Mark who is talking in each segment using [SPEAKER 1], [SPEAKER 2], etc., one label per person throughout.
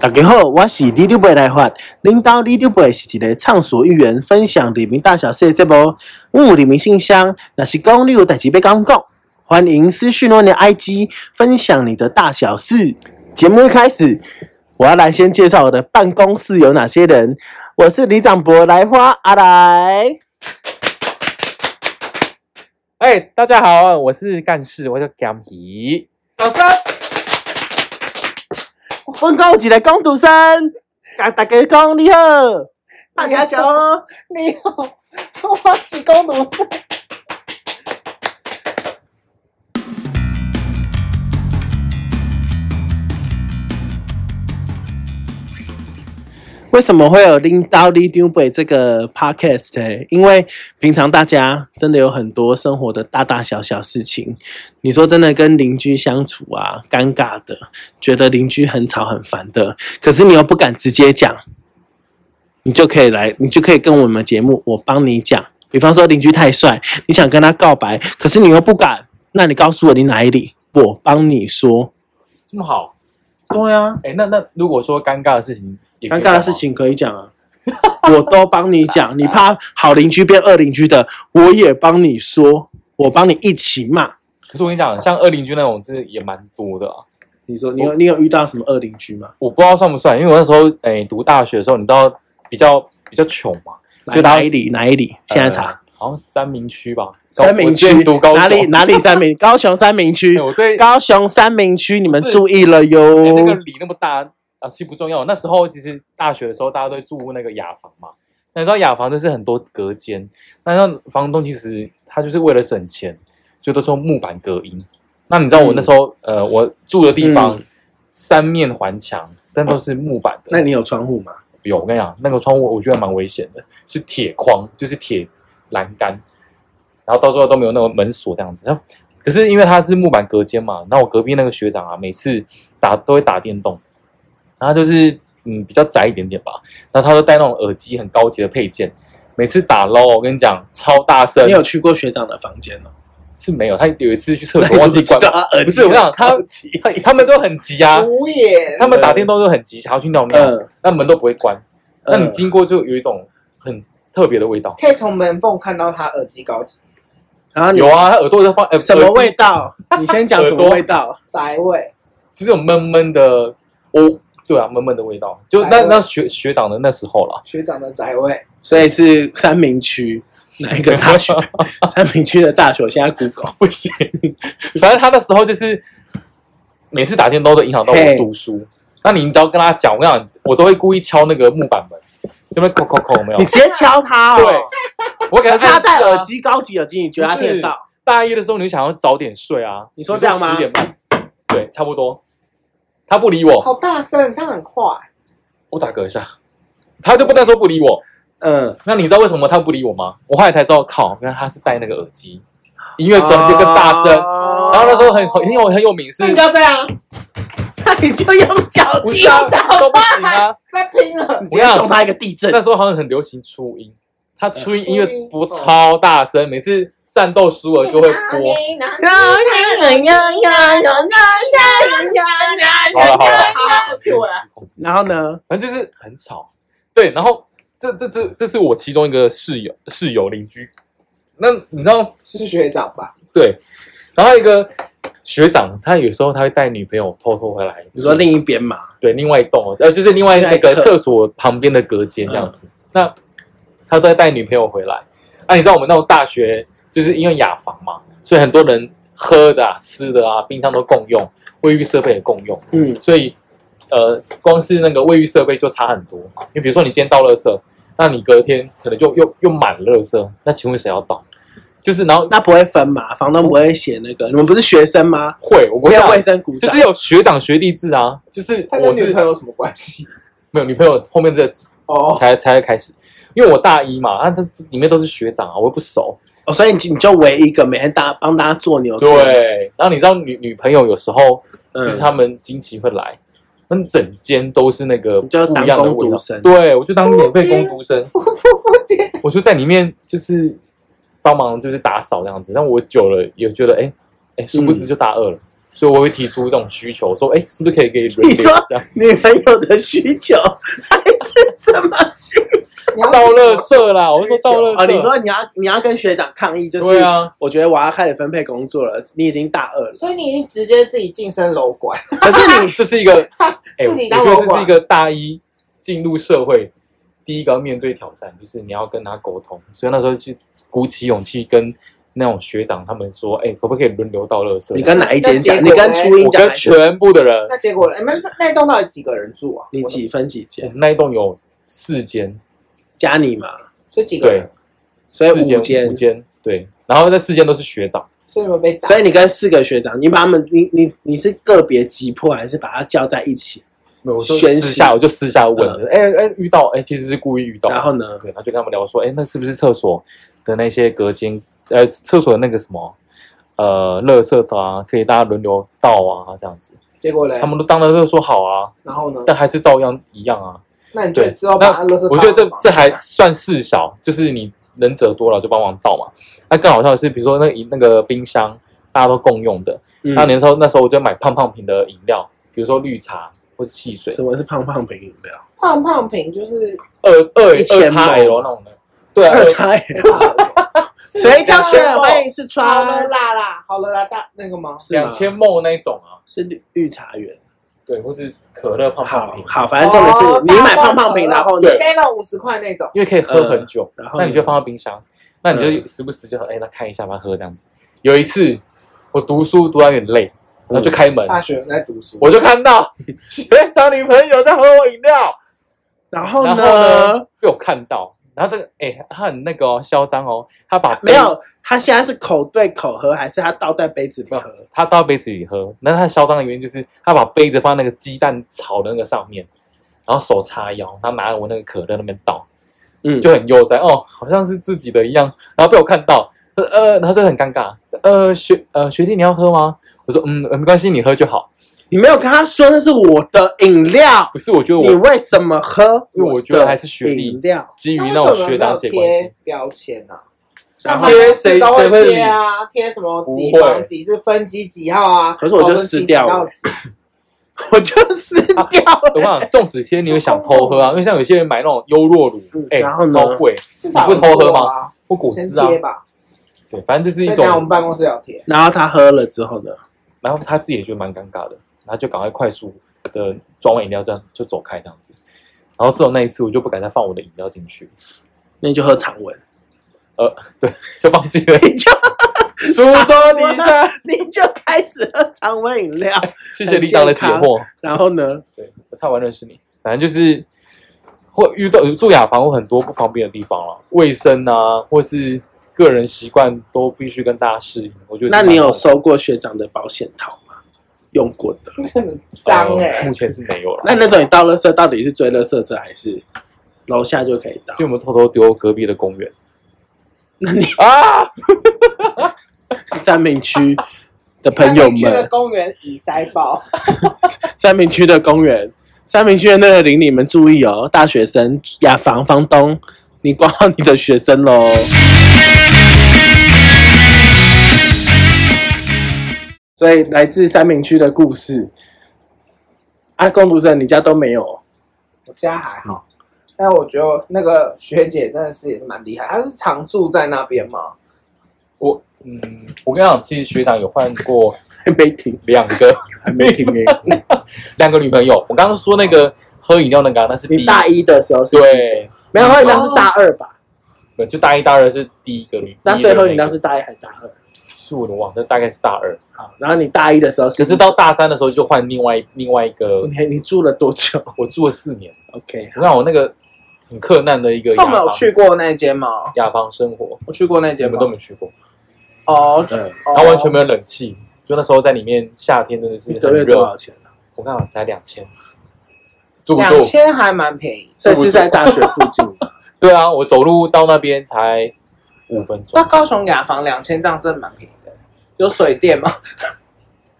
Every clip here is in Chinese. [SPEAKER 1] 大家好，我是李六伯来发。恁兜李六伯是一个畅所欲言、分享黎明大小事的节目。阮有黎明信箱，若是讲你有代志要甲阮讲，欢迎私讯阮的 IG，分享你的大小事。节目一开始，我要来先介绍我的办公室有哪些人。我是李长博来花阿来，
[SPEAKER 2] 哎、大家好，我是干事，我叫江皮。
[SPEAKER 1] 掌声。阮讲有一个工读生，甲大家讲你好，大家讲哦。
[SPEAKER 3] 你好，我是工读生。
[SPEAKER 1] 为什么会有拎到立丢北这个 podcast？呢因为平常大家真的有很多生活的大大小小事情，你说真的跟邻居相处啊，尴尬的，觉得邻居很吵很烦的，可是你又不敢直接讲，你就可以来，你就可以跟我们节目，我帮你讲。比方说邻居太帅，你想跟他告白，可是你又不敢，那你告诉我你哪里，我帮你说。
[SPEAKER 2] 这么好，
[SPEAKER 1] 对啊，
[SPEAKER 2] 哎、那那如果说尴尬的事情也可
[SPEAKER 1] 尴
[SPEAKER 2] 以
[SPEAKER 1] 尬
[SPEAKER 2] 讲
[SPEAKER 1] 的
[SPEAKER 2] 吗
[SPEAKER 1] 事，情可以讲啊，我都帮你讲，你怕好邻居变恶邻居的，我也帮你说，我帮你一起骂。
[SPEAKER 2] 可是我跟你讲，像二邻居那种，真的也蛮多的、啊。
[SPEAKER 1] 你说你有你有遇到什么恶邻居吗？
[SPEAKER 2] 我不知道算不算，因为我那时候哎、读大学的时候，你知道比较比较穷嘛，
[SPEAKER 1] 哪
[SPEAKER 2] 就大家
[SPEAKER 1] 哪一里哪一里？现在查
[SPEAKER 2] 呃好像三明区吧，高
[SPEAKER 1] 三明
[SPEAKER 2] 呃我之
[SPEAKER 1] 区
[SPEAKER 2] 前读高中
[SPEAKER 1] 哪里？哪里三明？高雄三明区
[SPEAKER 2] 哎，我对、
[SPEAKER 1] 高雄三明区，你们
[SPEAKER 2] 不是
[SPEAKER 1] 注意了
[SPEAKER 2] 哎那个
[SPEAKER 1] 哟。
[SPEAKER 2] 里那么大啊，其实不重要。那时候其实大学的时候，大家都会住那个雅房嘛。那你知道雅房就是很多隔间，那那房东其实他就是为了省钱，就都做木板隔音。那你知道我那时候、呃，我住的地方、三面环墙，但都是木板的。
[SPEAKER 1] 那你有窗户吗？
[SPEAKER 2] 有，我跟你讲，那个窗户我觉得蛮危险的，是铁框，就是铁栏杆，然后到时候都没有那种门锁这样子。那可是因为它是木板隔间嘛，那我隔壁那个学长啊，每次打都会打电动，然后就是嗯比较宅一点点吧，然后他都带那种耳机很高级的配件，每次打 LO 我跟你讲超大声
[SPEAKER 1] 你，有去过学长的房间哦？
[SPEAKER 2] 是没有，他有一次去厕
[SPEAKER 1] 那你
[SPEAKER 2] 所忘记
[SPEAKER 1] 怎么知
[SPEAKER 2] 关
[SPEAKER 1] 道，他耳
[SPEAKER 2] 不
[SPEAKER 1] 机
[SPEAKER 2] 是我
[SPEAKER 1] 有
[SPEAKER 2] 想他
[SPEAKER 1] 耳机
[SPEAKER 2] 他他们都很急啊，
[SPEAKER 3] 无言。
[SPEAKER 2] 他们打电动都很急，想要去尿尿，
[SPEAKER 1] 嗯，
[SPEAKER 2] 那门都不会关。那你
[SPEAKER 1] 嗯
[SPEAKER 2] 经过就有一种很特别的味道。
[SPEAKER 3] 可以从门缝看到他耳机高级
[SPEAKER 1] 然后你
[SPEAKER 2] 有啊，他耳朵在放，呃、
[SPEAKER 1] 什么
[SPEAKER 2] 耳机
[SPEAKER 1] 味？道？你先讲什么
[SPEAKER 2] 耳朵
[SPEAKER 1] 味道？
[SPEAKER 3] 宅味，
[SPEAKER 2] 就是有闷闷的，哦，对啊，闷闷的味道。就
[SPEAKER 1] 哦
[SPEAKER 2] 那
[SPEAKER 3] 哎呦
[SPEAKER 2] 那学学长的那时候了，
[SPEAKER 3] 学长的宅味。
[SPEAKER 1] 所以是三明区哪一个大啊学？三明区的大学，我现在 Google。
[SPEAKER 2] 不行。 反正他那时候就是每次打电动都影响到
[SPEAKER 1] 嘿
[SPEAKER 2] 我读书。那你只要跟他讲，我跟你讲，我都会故意敲那个木板门，就那 扣扣扣，有没有
[SPEAKER 1] 你？直接敲他哦。
[SPEAKER 2] 对，我给他
[SPEAKER 1] 可是他戴
[SPEAKER 2] 暗示啊
[SPEAKER 1] 耳。机，高级耳机，你觉得他听得到？
[SPEAKER 2] 大一的时候，你就想要早点睡啊？
[SPEAKER 1] 你说这样吗
[SPEAKER 2] 十点半，对，差不多。他不理我，
[SPEAKER 3] 好大声，他很快。
[SPEAKER 2] 我打嗝一下，他就不那时候不理我。
[SPEAKER 1] 嗯，
[SPEAKER 2] 那你知道为什么他不理我吗？我后来才知道，靠，原来他是戴那个耳机，音乐转就更大声。
[SPEAKER 1] 哦
[SPEAKER 2] 然后那时候
[SPEAKER 3] 啊
[SPEAKER 2] 很很有很有名是
[SPEAKER 3] 那，你就要这样， 啊
[SPEAKER 1] 那你就用脚
[SPEAKER 2] 不
[SPEAKER 1] 踢
[SPEAKER 2] 是啊，
[SPEAKER 3] 你有讲
[SPEAKER 2] 都不行啊。
[SPEAKER 3] 那拼了。
[SPEAKER 1] 直接送他一个地震
[SPEAKER 2] 那。时候好像很流行初音，他初音音乐
[SPEAKER 3] 初音
[SPEAKER 2] 播超大声，每次战斗输了就会播。好了
[SPEAKER 3] 啊
[SPEAKER 2] 好了，
[SPEAKER 3] 好好，Q 我了。
[SPEAKER 1] 然后呢？
[SPEAKER 2] 反正就是很吵。对，然后这这这这是我其中一个室友室友邻居。那你知道
[SPEAKER 3] 是学长吧？
[SPEAKER 2] 对，然后一个学长，他有时候他会带女朋友偷偷回来。
[SPEAKER 1] 你说另一边嘛？
[SPEAKER 2] 对，另外一栋，呃，就是另外
[SPEAKER 1] 另
[SPEAKER 2] 那
[SPEAKER 1] 外
[SPEAKER 2] 个
[SPEAKER 1] 一侧
[SPEAKER 2] 厕所旁边的隔间这样子。那他都在带女朋友回来。啊，你知道我们那种大学就是因为雅房嘛，所以很多人喝的啊、吃的啊，冰箱都共用，卫浴设备也共用，
[SPEAKER 1] 嗯，
[SPEAKER 2] 所以呃，光是那个卫浴设备就差很多。因为比如说你今天倒垃圾，那你隔天可能就又又满垃圾，那请问谁要倒？就是然后
[SPEAKER 1] 那不会分嘛？房东不会写那个？你们不是学生吗？
[SPEAKER 2] 会，我
[SPEAKER 1] 没
[SPEAKER 2] 跟你
[SPEAKER 1] 有
[SPEAKER 2] 讲
[SPEAKER 1] 卫生啊股
[SPEAKER 2] 就是有学长学弟制啊，就是
[SPEAKER 3] 他
[SPEAKER 2] 我
[SPEAKER 3] 跟女
[SPEAKER 2] 是
[SPEAKER 3] 朋友有什么关系？
[SPEAKER 2] 没有女朋友后面的
[SPEAKER 3] 哦，
[SPEAKER 2] 才才会开始，因为我大一嘛，啊，他里面都是学长啊，我又不熟。
[SPEAKER 1] 哦，所以你你就唯一一个每天大帮大家做牛做，
[SPEAKER 2] 对，然后你知道女女朋友有时候
[SPEAKER 1] 嗯
[SPEAKER 2] 就是他们经期会来，那、整间都是那个
[SPEAKER 1] 你
[SPEAKER 2] 不
[SPEAKER 1] 就
[SPEAKER 2] 一样
[SPEAKER 1] 当工
[SPEAKER 2] 的味
[SPEAKER 1] 读
[SPEAKER 2] 道
[SPEAKER 1] 生。
[SPEAKER 2] 对，我就当免费工读生，
[SPEAKER 3] 夫妇间
[SPEAKER 2] 我就在里面就是
[SPEAKER 1] 嗯
[SPEAKER 2] 帮忙就是打扫这样子。但我久了也觉得，哎哎，殊不知就大二了，所以我会提出这种需求，说，哎，是不是可以给
[SPEAKER 1] 你说
[SPEAKER 2] 这样
[SPEAKER 1] 女朋友的需求还是什么需求？
[SPEAKER 3] 你要
[SPEAKER 2] 倒垃圾啦？ 我是说倒垃圾。
[SPEAKER 1] 哦，你说你要你要跟学长抗议，就
[SPEAKER 2] 对
[SPEAKER 1] 是
[SPEAKER 2] 啊，
[SPEAKER 1] 我觉得我要开始分配工作了，你已经大二了，
[SPEAKER 3] 所以你已经直接自己晋升楼管，
[SPEAKER 1] 可是你
[SPEAKER 2] 这是一 个，哎，我
[SPEAKER 3] 自己
[SPEAKER 2] 觉
[SPEAKER 3] 当
[SPEAKER 2] 得
[SPEAKER 3] 老
[SPEAKER 2] 这是一
[SPEAKER 3] 管。
[SPEAKER 2] 个大一进入社会第一个要面对挑战，就是你要跟他沟通。所以那时候去鼓起勇气跟那种学长他们说，哎，可不可以轮流倒垃圾？
[SPEAKER 1] 你跟哪一间讲？
[SPEAKER 3] 那
[SPEAKER 1] 你
[SPEAKER 3] 结果
[SPEAKER 1] 跟初音
[SPEAKER 2] 我
[SPEAKER 1] 讲
[SPEAKER 2] 跟
[SPEAKER 1] 还是？
[SPEAKER 2] 全部的人，
[SPEAKER 3] 那结果，你们那栋到底几个人住啊？
[SPEAKER 1] 你
[SPEAKER 3] 我
[SPEAKER 1] 几分几
[SPEAKER 2] 我
[SPEAKER 1] 间？
[SPEAKER 2] 们那一栋有四间，
[SPEAKER 1] 加你嘛，
[SPEAKER 3] 所以几个
[SPEAKER 2] 对
[SPEAKER 3] 人？，
[SPEAKER 1] 所以
[SPEAKER 2] 四
[SPEAKER 1] 五
[SPEAKER 2] 间
[SPEAKER 1] 间
[SPEAKER 2] 五。间，对，然后那四间都是学长，
[SPEAKER 3] 所以你们被打。
[SPEAKER 1] 所以你跟四个学长，你把他们，你你你是个别击破，还是把他叫在一起？
[SPEAKER 2] 没有我就
[SPEAKER 1] 宣
[SPEAKER 2] 私
[SPEAKER 1] 誓嗯
[SPEAKER 2] 下我就私下问了，哎哎遇到哎其实是故意遇到，
[SPEAKER 1] 然后呢？
[SPEAKER 2] 对，然后就跟他们聊说，哎那是不是厕所的那些隔间，呃厕所的那个什么？呃，垃圾的啊，可以大家轮流倒啊，这样子，
[SPEAKER 3] 结果嘞
[SPEAKER 2] 他，们都当然都说好啊，
[SPEAKER 3] 然后呢？
[SPEAKER 2] 但还是照样一样啊。
[SPEAKER 3] 那你就
[SPEAKER 2] 对，
[SPEAKER 3] 知道把他垃圾
[SPEAKER 2] 我觉得这
[SPEAKER 3] 倒了嘛
[SPEAKER 2] 这还算事小，就是你能者多劳就帮忙倒嘛。那更好笑的是，比如说那一那个冰箱大家都共用的，
[SPEAKER 1] 嗯
[SPEAKER 2] 那年时候那时候我就买胖胖瓶的饮料，比如说绿茶或是汽水，
[SPEAKER 1] 什么是胖胖瓶饮料？
[SPEAKER 3] 胖胖瓶就是
[SPEAKER 2] 二二
[SPEAKER 1] 一千
[SPEAKER 2] 二叉 L
[SPEAKER 1] 毛
[SPEAKER 2] 那种的。 对啊，
[SPEAKER 1] 二猜， 谁跟学长欢迎是
[SPEAKER 3] 好了
[SPEAKER 1] 川，
[SPEAKER 3] 啦啦，好了啦，大那个吗？
[SPEAKER 1] 是吗
[SPEAKER 2] 哦两千梦那一种啊，
[SPEAKER 1] 是绿绿茶园。
[SPEAKER 2] 对，或是可乐胖胖
[SPEAKER 1] 好
[SPEAKER 2] 瓶，
[SPEAKER 1] 好，反正重点是
[SPEAKER 3] 哦
[SPEAKER 1] 你买胖胖瓶，
[SPEAKER 3] 大
[SPEAKER 1] 然后
[SPEAKER 3] 罐
[SPEAKER 1] 呢
[SPEAKER 3] 可乐，seven 五十块那种，
[SPEAKER 2] 因为可以呃喝很久，
[SPEAKER 1] 然后呢
[SPEAKER 2] 那你就放到冰箱，那你就时不时就哎，那看一下吧，喝这样子。有一次我读书读到有点累，
[SPEAKER 1] 嗯
[SPEAKER 2] 然后就开门，
[SPEAKER 3] 大学在读书，
[SPEAKER 2] 我就看到学长女朋友在喝我饮料，
[SPEAKER 1] 然后
[SPEAKER 2] 然后
[SPEAKER 1] 呢
[SPEAKER 2] 呢？被我看到，然后这个哎，他很那个哦，嚣张哦，他把杯
[SPEAKER 1] 没有，他现在是口对口喝，还是他倒在杯子里喝？
[SPEAKER 2] 他倒杯子里喝，那他嚣张的原因就是他把杯子放在那个鸡蛋炒的那个上面，然后手叉腰，他拿着我那个可乐那边倒，
[SPEAKER 1] 嗯，
[SPEAKER 2] 就很悠哉哦，好像是自己的一样，然后被我看到，呃呃，然后就很尴尬，呃学呃学弟你要喝吗？我说嗯呃没关系，你喝就好。
[SPEAKER 1] 你没有跟他说那是我的饮料，
[SPEAKER 2] 不是，我觉得
[SPEAKER 1] 你
[SPEAKER 2] 我
[SPEAKER 1] 为什么喝？
[SPEAKER 2] 因为我觉得还是学历
[SPEAKER 1] 饮料。
[SPEAKER 2] 基于
[SPEAKER 3] 那
[SPEAKER 2] 那
[SPEAKER 3] 为
[SPEAKER 2] 种
[SPEAKER 3] 什么
[SPEAKER 2] 学
[SPEAKER 3] 没
[SPEAKER 2] 长
[SPEAKER 3] 有
[SPEAKER 2] 姐关系
[SPEAKER 3] 贴，标签啊？
[SPEAKER 1] 然
[SPEAKER 3] 像
[SPEAKER 1] 后
[SPEAKER 3] 办公室
[SPEAKER 2] 贴谁
[SPEAKER 3] 都
[SPEAKER 2] 谁会理
[SPEAKER 3] 贴啊？贴什么几
[SPEAKER 2] 不会
[SPEAKER 3] 房几是分机几号啊？
[SPEAKER 1] 可是我就
[SPEAKER 3] 讨论
[SPEAKER 1] 撕
[SPEAKER 3] 区
[SPEAKER 1] 掉
[SPEAKER 3] 几到
[SPEAKER 1] 了
[SPEAKER 3] 几
[SPEAKER 1] 我就撕掉了。
[SPEAKER 2] 我想，纵使贴你会想偷喝啊，因为像有些人买那种优酪乳
[SPEAKER 1] 嗯，
[SPEAKER 2] 哎、
[SPEAKER 1] 然后呢
[SPEAKER 2] 超贵，
[SPEAKER 3] 至少
[SPEAKER 2] 你不偷喝吗
[SPEAKER 3] 吗？
[SPEAKER 2] 或果
[SPEAKER 3] 先
[SPEAKER 2] 汁啊
[SPEAKER 3] 贴，吧，
[SPEAKER 2] 对，反正就是一
[SPEAKER 3] 所以等
[SPEAKER 2] 种
[SPEAKER 3] 下我们办公室要贴。
[SPEAKER 1] 然后他喝了之后呢？
[SPEAKER 2] 然后他自己也觉得蛮尴尬的，然后就赶快快速的装完饮料，这样就走开这样子。然后自从那一次，我就不敢再放我的饮料进去，
[SPEAKER 1] 那你就喝常温，。
[SPEAKER 2] 就放弃了
[SPEAKER 1] 你就
[SPEAKER 2] 苏州底下，
[SPEAKER 1] 你就开始喝常温饮料，
[SPEAKER 2] 谢谢李长的解惑。
[SPEAKER 1] 然后呢？
[SPEAKER 2] 对，我太晚认识你，反正就是会遇到住雅房，有很多不方便的地方了，卫生啊，或是个人习惯都必须跟大家适应。我觉得
[SPEAKER 1] 那
[SPEAKER 2] 是蛮
[SPEAKER 1] 你有
[SPEAKER 2] 好的
[SPEAKER 1] 收过学长的保险套吗？用过的？
[SPEAKER 3] 很脏
[SPEAKER 2] 呃
[SPEAKER 1] 欸 哦
[SPEAKER 3] 哎、
[SPEAKER 2] 目前是没有了。
[SPEAKER 1] 那那时候你倒垃圾到底是追垃圾车还是楼下就可以倒
[SPEAKER 2] 其？实我们偷偷丢隔壁的公园
[SPEAKER 1] 那你
[SPEAKER 2] 啊，
[SPEAKER 1] 三明区的朋友
[SPEAKER 3] 去的
[SPEAKER 1] 们，
[SPEAKER 3] 公园已塞爆，
[SPEAKER 1] 三明区的公园，三明区的那个邻里们注意哦，大学生、雅房、房东，你管好你的学生喽。所以来自三明区的故事，啊，工读生你家都没有，
[SPEAKER 3] 我家还好。但我觉得那个学姐真的是也是蛮厉害，她是常住在那边嘛，
[SPEAKER 2] 我嗯，我跟你讲，其实学长有换过
[SPEAKER 1] 还没停，
[SPEAKER 2] 两个
[SPEAKER 1] 还没停哎。
[SPEAKER 2] 两个女朋友。我刚刚说那个喝饮料那个啊、那是第
[SPEAKER 1] 你
[SPEAKER 2] 一
[SPEAKER 1] 大一的时候是，
[SPEAKER 2] 对，哦
[SPEAKER 1] 没有喝饮料是大二吧？
[SPEAKER 2] 对就大一大二是第一个女。
[SPEAKER 1] 那所以喝饮料
[SPEAKER 2] 第一
[SPEAKER 1] 是大一还是大二？
[SPEAKER 2] 个是我的忘，了，大概是大二。
[SPEAKER 1] 好，然后你大一的时候
[SPEAKER 2] 可是到大三的时候就换另外另外一个，
[SPEAKER 1] 你你住了多久
[SPEAKER 2] 我住了四年。
[SPEAKER 1] ？OK，
[SPEAKER 2] 我看我那个很困难的一个
[SPEAKER 3] 宋
[SPEAKER 2] 雅
[SPEAKER 3] 没有
[SPEAKER 2] 房
[SPEAKER 3] 去过那间吗？
[SPEAKER 2] 雅房生活，
[SPEAKER 3] 我去过那
[SPEAKER 2] 你
[SPEAKER 3] 间吗
[SPEAKER 2] 们都没去过，
[SPEAKER 3] 哦，
[SPEAKER 1] 嗯，
[SPEAKER 3] 然
[SPEAKER 2] 然后完全没有冷气，就那时候在里面夏天真的是
[SPEAKER 1] 一
[SPEAKER 2] 很
[SPEAKER 1] 个月多
[SPEAKER 2] 热
[SPEAKER 1] 少。钱？
[SPEAKER 2] 我看好才两千，住不住
[SPEAKER 3] 两？千还蛮便宜，
[SPEAKER 1] 这是在大学附近，
[SPEAKER 2] 对啊，我走路到那边才五分钟
[SPEAKER 3] 那。高雄雅房两千这样真的蛮便宜的。有水电吗？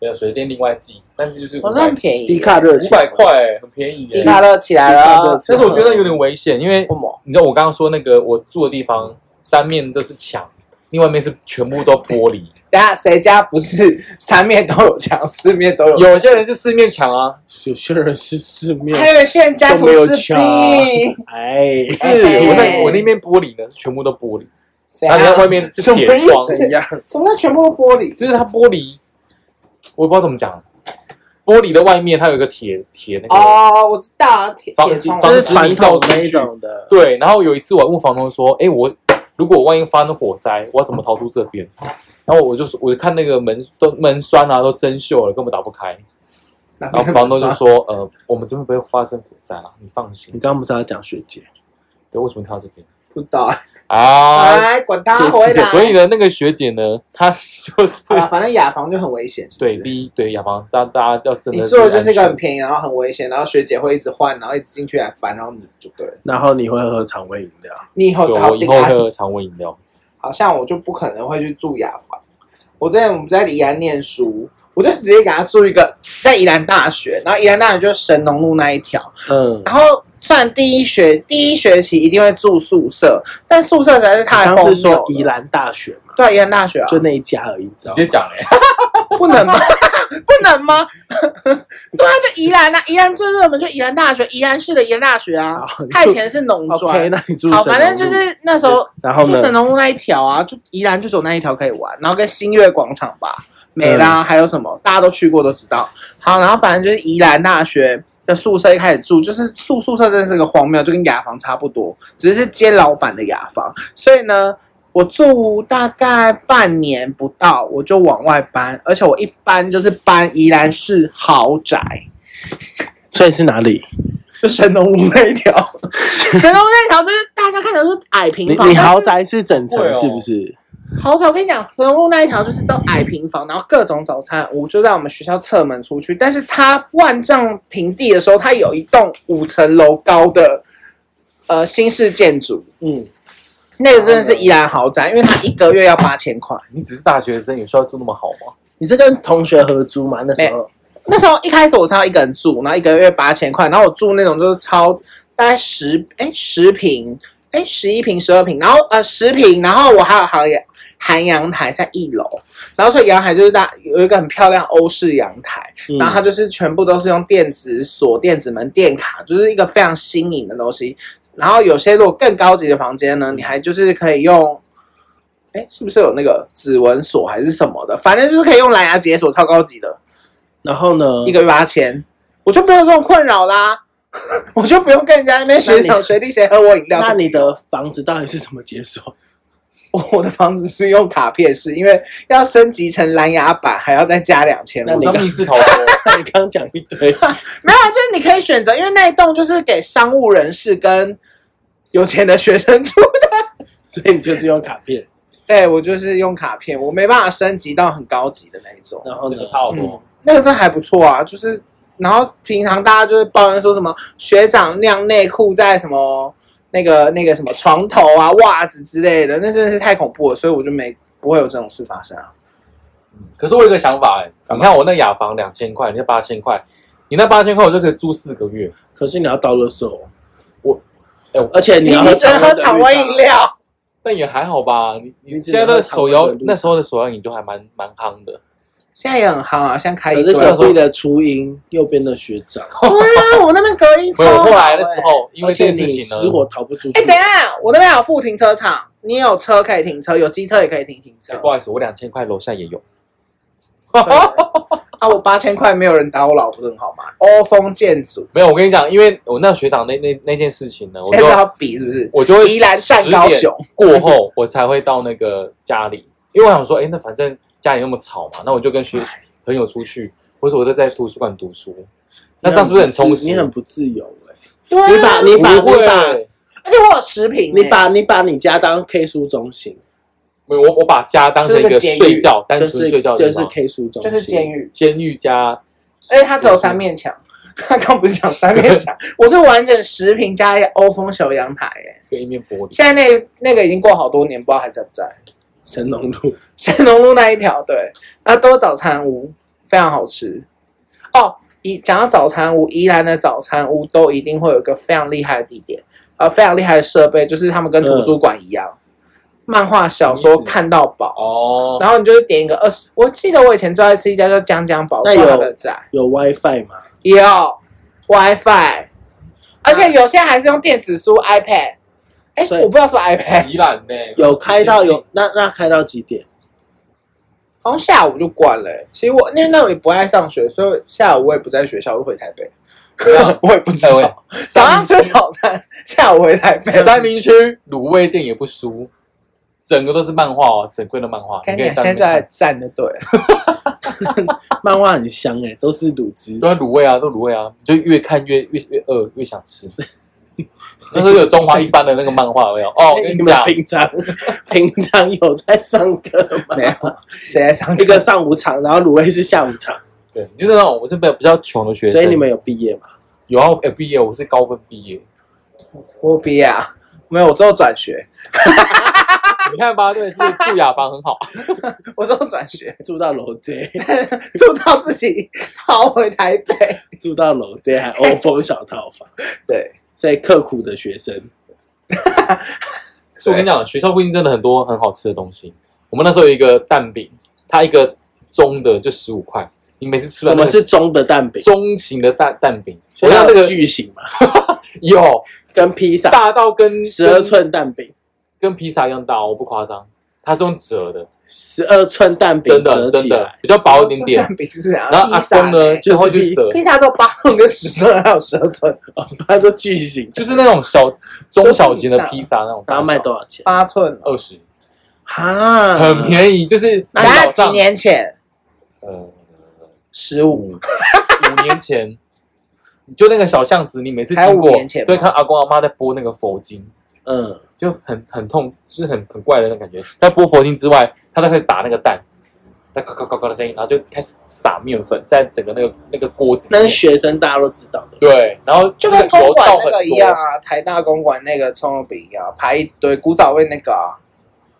[SPEAKER 2] 没有水电另外寄，但是就是
[SPEAKER 3] 哦
[SPEAKER 2] 五，
[SPEAKER 3] 那
[SPEAKER 2] 百
[SPEAKER 3] 很便 宜。
[SPEAKER 1] 迪卡热
[SPEAKER 2] 五
[SPEAKER 1] 钱
[SPEAKER 2] 百，块欸，很便宜耶
[SPEAKER 3] 迪。卡乐起来了
[SPEAKER 1] 迪卡
[SPEAKER 3] 啊
[SPEAKER 1] 热！钱
[SPEAKER 2] 但是我觉得有点危险，因为
[SPEAKER 3] 为什么？
[SPEAKER 2] 你知道我刚刚说那个我住的地方三面都是墙，另外一面是全部都玻璃。
[SPEAKER 3] 等下谁家不是 三面都有墙，四面都有？
[SPEAKER 2] 有些人是四面墙啊，
[SPEAKER 1] 有些人是四
[SPEAKER 3] 还
[SPEAKER 1] 面，
[SPEAKER 3] 有些人家徒
[SPEAKER 1] 都没有
[SPEAKER 3] 四
[SPEAKER 1] 墙
[SPEAKER 3] 壁，
[SPEAKER 1] 哎
[SPEAKER 2] 不，是
[SPEAKER 3] 哎
[SPEAKER 2] 我那我那面玻璃呢是全部都玻璃，
[SPEAKER 3] 怎
[SPEAKER 2] 然后
[SPEAKER 3] 样
[SPEAKER 2] 在外面是
[SPEAKER 1] 什么
[SPEAKER 2] 铁
[SPEAKER 1] 意
[SPEAKER 2] 窗，
[SPEAKER 1] 思呀？
[SPEAKER 3] 啊什么叫全部都玻璃？
[SPEAKER 2] 就是它玻璃，我也不知道怎么讲，玻璃的外面它有一个铁铁那个。
[SPEAKER 3] 哦，我知道，铁
[SPEAKER 2] 防
[SPEAKER 3] 铁窗
[SPEAKER 2] 防
[SPEAKER 1] 就是
[SPEAKER 2] 止
[SPEAKER 1] 传统那一种的，
[SPEAKER 2] 对，然后有一次我还问房东说：“哎，我如果我万一发生火灾，我要怎么逃出这边？”然后我就说，我看那个门都门栓啊都生锈了，根本打不开。
[SPEAKER 3] 然
[SPEAKER 2] 然后房东就 说：“呃，我们这边不会发生火灾啦，你放
[SPEAKER 1] 你
[SPEAKER 2] 心。
[SPEAKER 1] 刚刚不是要讲学姐？”
[SPEAKER 2] 对，为什么跳到这边
[SPEAKER 3] 不到，
[SPEAKER 2] 啊？
[SPEAKER 3] 哎，滚他回来。啊
[SPEAKER 2] 所以呢，那个学姐呢， 她就是
[SPEAKER 3] 好了，反正雅房就很危险，是不
[SPEAKER 2] 对
[SPEAKER 3] 是
[SPEAKER 2] 第一对雅房，大大家要真
[SPEAKER 3] 你
[SPEAKER 2] 的
[SPEAKER 3] 做的就是一个
[SPEAKER 2] 安全
[SPEAKER 3] 很便宜，然后很危险，然后学姐会一直换，然后一直进去来烦，然后你就对了。
[SPEAKER 1] 然后你会啊喝肠胃饮料，
[SPEAKER 3] 你以后
[SPEAKER 2] 对
[SPEAKER 3] 好
[SPEAKER 2] 我以后
[SPEAKER 3] 安，
[SPEAKER 2] 喝常温饮料，
[SPEAKER 3] 好像我就不可能会去住雅房。我在我们在宜兰念书，我就直接给他住一个在宜兰大学，然后宜兰大学就是神农路那一条，
[SPEAKER 1] 嗯，
[SPEAKER 3] 然后虽然第一学第一学期一定会住宿舍，但宿舍实在是太
[SPEAKER 1] 刚
[SPEAKER 3] 荒
[SPEAKER 1] 是说
[SPEAKER 3] 谬了。
[SPEAKER 1] 宜兰大学嘛，
[SPEAKER 3] 对宜兰大学啊，
[SPEAKER 1] 就那一家而已，你知道
[SPEAKER 2] 直
[SPEAKER 1] 吗
[SPEAKER 2] 接讲 哎，
[SPEAKER 3] 不能吗？ 不能吗？ 对啊，就宜兰啊，宜兰最热门就宜兰大学，宜兰市的宜兰大学啊
[SPEAKER 1] 好。
[SPEAKER 3] 它以前是农专
[SPEAKER 1] OK，那你住
[SPEAKER 3] 好，
[SPEAKER 1] 神农
[SPEAKER 3] 反正就是那时候
[SPEAKER 1] 路，然后
[SPEAKER 3] 就神
[SPEAKER 1] 呢？
[SPEAKER 3] 农路那一条啊，就宜兰就走那一条可以玩，然后跟新月广场吧，没
[SPEAKER 1] 嗯
[SPEAKER 3] 啦，还有什么大家都去过都知道。好，然后反正就是宜兰大学的宿舍一开始住，就是宿宿舍真的是个荒谬，就跟雅房差不多，只是接老板的雅房，所以呢。我住大概半年不到，我就往外搬，而且我一搬就是搬宜兰市豪宅，
[SPEAKER 1] 所以是哪里？
[SPEAKER 3] 就神农路那一 条。神农路那一条就是大家看起来都是矮平
[SPEAKER 1] 你
[SPEAKER 3] 房，
[SPEAKER 1] 你
[SPEAKER 3] 但是
[SPEAKER 1] 豪宅是整层是不是？
[SPEAKER 3] 好巧，我跟你讲，神农路那一条就是都矮平房，然后各种早餐屋就在我们学校侧门出去。但是它万丈平地的时候，它有一栋五层楼高的呃新式建筑，
[SPEAKER 1] 嗯，
[SPEAKER 3] 那个真的是宜兰豪宅，因为它一个月要八千块。
[SPEAKER 2] 你只是大学生，有需要住那么好吗？
[SPEAKER 1] 你是跟同学合租吗？那时候
[SPEAKER 3] 那时候一开始我是要一个人住，然后一个月八千块，然后我住那种就是超大概十哎十平哎十一平十二平，然后呃十平，然后我还有还有含阳台在一楼，然后所以阳台就是大有一个很漂亮欧式阳台，
[SPEAKER 1] 嗯
[SPEAKER 3] 然后它就是全部都是用电子锁、电子门、电卡，就是一个非常新颖的东西。然后有些如果更高级的房间
[SPEAKER 1] 嗯
[SPEAKER 3] 呢，你还就是可以用，哎，是不是有那个指纹锁还是什么的？反正就是可以用蓝牙解锁，超高级的。
[SPEAKER 1] 然后呢？
[SPEAKER 3] 一个月八千，我就不用这种困扰啦， 我就不用跟人家那边学
[SPEAKER 1] 那
[SPEAKER 3] 长
[SPEAKER 1] 你
[SPEAKER 3] 学弟谁喝我饮料。
[SPEAKER 1] 那你的房子到底是怎么解锁？
[SPEAKER 3] 我的房子是用卡片式，因为要升级成蓝牙版，还要再加两千
[SPEAKER 1] 那
[SPEAKER 3] 五
[SPEAKER 1] 你。
[SPEAKER 2] 当
[SPEAKER 1] 刚
[SPEAKER 2] 密室 逃脱，
[SPEAKER 1] 那你 刚讲一堆，
[SPEAKER 3] 没有，啊就是你可以选择，因为那一栋就是给商务人士跟有钱的学生住。
[SPEAKER 1] 所以你就是用卡片，
[SPEAKER 3] 对我就是用卡片，我没办法升级到很高级的那一种。
[SPEAKER 1] 然后
[SPEAKER 2] 这
[SPEAKER 1] 呢
[SPEAKER 2] 个？差好多。
[SPEAKER 3] 那个真还不错啊，就是然后平常大家就是抱怨说什么学长晾内裤在什么那个那个什么床头啊、袜子之类的，那真的是太恐怖了，所以我就没不会有这种事发生啊。
[SPEAKER 2] 可是我有一个想法哎、你看我那雅房两千块，你那八千块，你那八千块我就可以住四个月。
[SPEAKER 1] 可是你要到了手，
[SPEAKER 2] 我哎我
[SPEAKER 1] 哦而且你要
[SPEAKER 3] 你只能喝常温
[SPEAKER 1] 哦
[SPEAKER 3] 饮，料，
[SPEAKER 2] 但也还好吧，你
[SPEAKER 1] 你
[SPEAKER 2] 你
[SPEAKER 1] 只
[SPEAKER 2] 现在
[SPEAKER 1] 能
[SPEAKER 2] 的
[SPEAKER 1] 喝
[SPEAKER 2] 手
[SPEAKER 1] 常
[SPEAKER 2] 摇
[SPEAKER 1] 温的绿茶
[SPEAKER 2] 那时候的手摇饮就还蛮蛮夯的，
[SPEAKER 3] 现在也很夯啊，现在开
[SPEAKER 1] 可
[SPEAKER 3] 一
[SPEAKER 1] 是
[SPEAKER 3] 堆。
[SPEAKER 1] 隔壁的初音又变的学长，
[SPEAKER 3] 对啊，我那边隔音超
[SPEAKER 2] 没有，
[SPEAKER 3] 好、
[SPEAKER 2] 后来
[SPEAKER 3] 欸。
[SPEAKER 2] 的时，候，因为
[SPEAKER 1] 而
[SPEAKER 2] 哦这
[SPEAKER 1] 且
[SPEAKER 2] 件事
[SPEAKER 1] 你
[SPEAKER 2] 情
[SPEAKER 1] 死
[SPEAKER 2] 呢，
[SPEAKER 1] 活逃不出去。
[SPEAKER 3] 哎、等一下，我那边有附停车场，你有车可以停车，有机车也可以停停车
[SPEAKER 2] 哎。不好意思，我两千块楼下也有。
[SPEAKER 3] 对 啊，我八千块没有人打我老婆，很好吗？欧风建筑，
[SPEAKER 2] 没有，我跟你讲，因为我那学长那那那件事情呢，我
[SPEAKER 3] 现在是要
[SPEAKER 2] 就
[SPEAKER 3] 比是不是？
[SPEAKER 2] 我就会
[SPEAKER 3] 宜兰站
[SPEAKER 2] 10
[SPEAKER 3] 高
[SPEAKER 2] 点
[SPEAKER 3] 雄。
[SPEAKER 2] 过后，我才会到那个家里，因为我想说，哎，那反正家里那么吵嘛，那我就跟学朋友出去，或者我就在图书馆读书，那这样是不是很充实？
[SPEAKER 1] 你很不自由哎、
[SPEAKER 3] 对啊
[SPEAKER 1] 你把你把
[SPEAKER 2] 不会
[SPEAKER 1] 你把
[SPEAKER 3] 而且我有食品欸、
[SPEAKER 1] 你把你把你家当 K 书中心，
[SPEAKER 2] 没有，我我把家当成一
[SPEAKER 3] 就是
[SPEAKER 2] 个
[SPEAKER 3] 个监狱
[SPEAKER 2] 睡觉，单
[SPEAKER 1] 就
[SPEAKER 2] 纯
[SPEAKER 1] 是
[SPEAKER 2] 睡觉的
[SPEAKER 1] 就
[SPEAKER 2] 地
[SPEAKER 1] 是
[SPEAKER 2] 方，
[SPEAKER 1] K 书中
[SPEAKER 3] 就
[SPEAKER 1] 心，
[SPEAKER 3] 是监狱，
[SPEAKER 2] 监狱加
[SPEAKER 3] 而且它只有三面墙。他刚不是讲三面墙，我是完整食品加一个欧风小阳台、欸。
[SPEAKER 2] 跟一面玻璃。
[SPEAKER 3] 现在那那个已经过好多年，不知道还在不在。
[SPEAKER 1] 神农路。
[SPEAKER 3] 神农路那一条，对，那都是早餐屋，非常好吃。哦，宜讲到早餐屋，宜兰的早餐屋都一定会有一个非常厉害的地点，呃，非常厉害的设备，就是他们跟图书馆一样，漫画小说看到饱，
[SPEAKER 2] 哦，
[SPEAKER 3] 然后你就是点一个二十。我记得我以前最爱吃一家叫江江宝，
[SPEAKER 1] 那有
[SPEAKER 3] 他的仔
[SPEAKER 1] 有 WiFi 吗？
[SPEAKER 3] 有
[SPEAKER 1] 啊
[SPEAKER 3] WiFi，而且有些还是用电子书 iPad。哎，
[SPEAKER 1] 所以
[SPEAKER 3] 我不知道是不是 iPad，
[SPEAKER 2] 宜兰呢
[SPEAKER 1] 有开到有那那开到几 点？
[SPEAKER 3] 好像下午就关了、欸。其实我因为那我也不爱上学，所以下午我也不在学校，我就回台北。我也不知
[SPEAKER 2] 哎
[SPEAKER 3] 道，早上吃早餐，下午回台北。
[SPEAKER 2] 三明区卤味店也不输，整个都是漫画哦，整柜的漫画。
[SPEAKER 3] 看
[SPEAKER 2] 你
[SPEAKER 3] 你
[SPEAKER 2] 可以
[SPEAKER 3] 俩
[SPEAKER 2] 上
[SPEAKER 3] 现
[SPEAKER 2] 面
[SPEAKER 3] 在
[SPEAKER 2] 看
[SPEAKER 3] 站的对，
[SPEAKER 1] 漫画很香哎、都是卤汁。
[SPEAKER 2] 对啊，卤味啊，都卤味啊，就越看越越越饿，越想吃。那时候有中 华一番的那个漫画有没有？哦，我跟
[SPEAKER 1] 你
[SPEAKER 2] 你
[SPEAKER 1] 们
[SPEAKER 2] 讲，
[SPEAKER 1] 平常 平常有在上课吗？
[SPEAKER 3] 没有谁在上
[SPEAKER 1] 一
[SPEAKER 3] 课？
[SPEAKER 1] 个上午场，然后卤味是下午场，
[SPEAKER 2] 对，就是那种我是比较比较穷的学生，
[SPEAKER 1] 所以你们有毕业吗？
[SPEAKER 2] 有啊？哎，毕业我是高分毕业，
[SPEAKER 3] 我毕业啊，没有，我之后转学，
[SPEAKER 2] 你看吧，对，是不是住雅房很好，
[SPEAKER 3] 我之后转学，
[SPEAKER 1] 住到楼街，
[SPEAKER 3] 住到自己逃回台北。
[SPEAKER 1] 住到楼街 还
[SPEAKER 2] 哎
[SPEAKER 1] 欧风小套房，
[SPEAKER 3] 对，
[SPEAKER 1] 所以刻苦的学生。
[SPEAKER 2] 可是我跟你讲，学校附近真的很多很好吃的东西。我们那时候有一个蛋饼，它一个中的就十五块，你每次吃
[SPEAKER 1] 什
[SPEAKER 2] 完、那
[SPEAKER 1] 么
[SPEAKER 2] 个
[SPEAKER 1] 是中的蛋饼？
[SPEAKER 2] 中型的蛋蛋饼？
[SPEAKER 1] 所
[SPEAKER 2] 我
[SPEAKER 1] 以
[SPEAKER 2] 让
[SPEAKER 1] 它
[SPEAKER 2] 那个
[SPEAKER 1] 有巨型嘛，
[SPEAKER 2] 有
[SPEAKER 1] 跟披萨
[SPEAKER 2] 大到跟
[SPEAKER 1] 十二
[SPEAKER 2] 跟
[SPEAKER 1] 寸蛋饼，
[SPEAKER 2] 跟披萨一样大，我不夸张，它是用折的，
[SPEAKER 1] 十二寸蛋饼
[SPEAKER 2] 真
[SPEAKER 1] 折
[SPEAKER 2] 的真
[SPEAKER 1] 起
[SPEAKER 2] 的
[SPEAKER 1] 来，
[SPEAKER 2] 比较薄一点点。
[SPEAKER 3] 蛋饼是怎样
[SPEAKER 2] 然后阿
[SPEAKER 3] 披萨
[SPEAKER 2] 公呢，
[SPEAKER 3] 嘞
[SPEAKER 2] 就
[SPEAKER 1] 就是
[SPEAKER 2] 会去
[SPEAKER 1] 披萨
[SPEAKER 2] 折，
[SPEAKER 3] 披萨都八寸跟十寸，还有十二寸，
[SPEAKER 1] 哦，它就巨型，
[SPEAKER 2] 就是那种小中小型的披萨那种大
[SPEAKER 1] 然
[SPEAKER 2] 小，
[SPEAKER 1] 后卖嗯多少钱？
[SPEAKER 3] 八寸哦了。
[SPEAKER 2] 二十，
[SPEAKER 1] 哈，
[SPEAKER 2] 很
[SPEAKER 1] 宜。
[SPEAKER 2] 便宜，就是
[SPEAKER 3] 那
[SPEAKER 2] 你早
[SPEAKER 3] 几
[SPEAKER 2] 上
[SPEAKER 3] 年前？
[SPEAKER 2] 呃
[SPEAKER 3] 十五。
[SPEAKER 2] 五五年前，就那个小巷子，你每次
[SPEAKER 3] 还有
[SPEAKER 2] 经
[SPEAKER 3] 五
[SPEAKER 2] 过
[SPEAKER 3] 年前，吗
[SPEAKER 2] 对，看阿公阿妈在播那个佛经，
[SPEAKER 1] 嗯，
[SPEAKER 2] 就很很痛，就是很很怪的那感觉。在播佛经之外，他都会打那个蛋，那咔咔咔咔的声音，然后就开始撒面粉在整个那个那个锅子里
[SPEAKER 1] 那
[SPEAKER 2] 面
[SPEAKER 1] 是。学生大家都知道的。
[SPEAKER 2] 对，然后
[SPEAKER 3] 就
[SPEAKER 2] 那
[SPEAKER 3] 跟
[SPEAKER 2] 个
[SPEAKER 3] 公
[SPEAKER 2] 油
[SPEAKER 3] 馆
[SPEAKER 2] 倒
[SPEAKER 3] 那
[SPEAKER 2] 很
[SPEAKER 3] 个一
[SPEAKER 2] 多
[SPEAKER 3] 样啊，台大公馆那个葱油饼一样，排一堆古早味那个啊、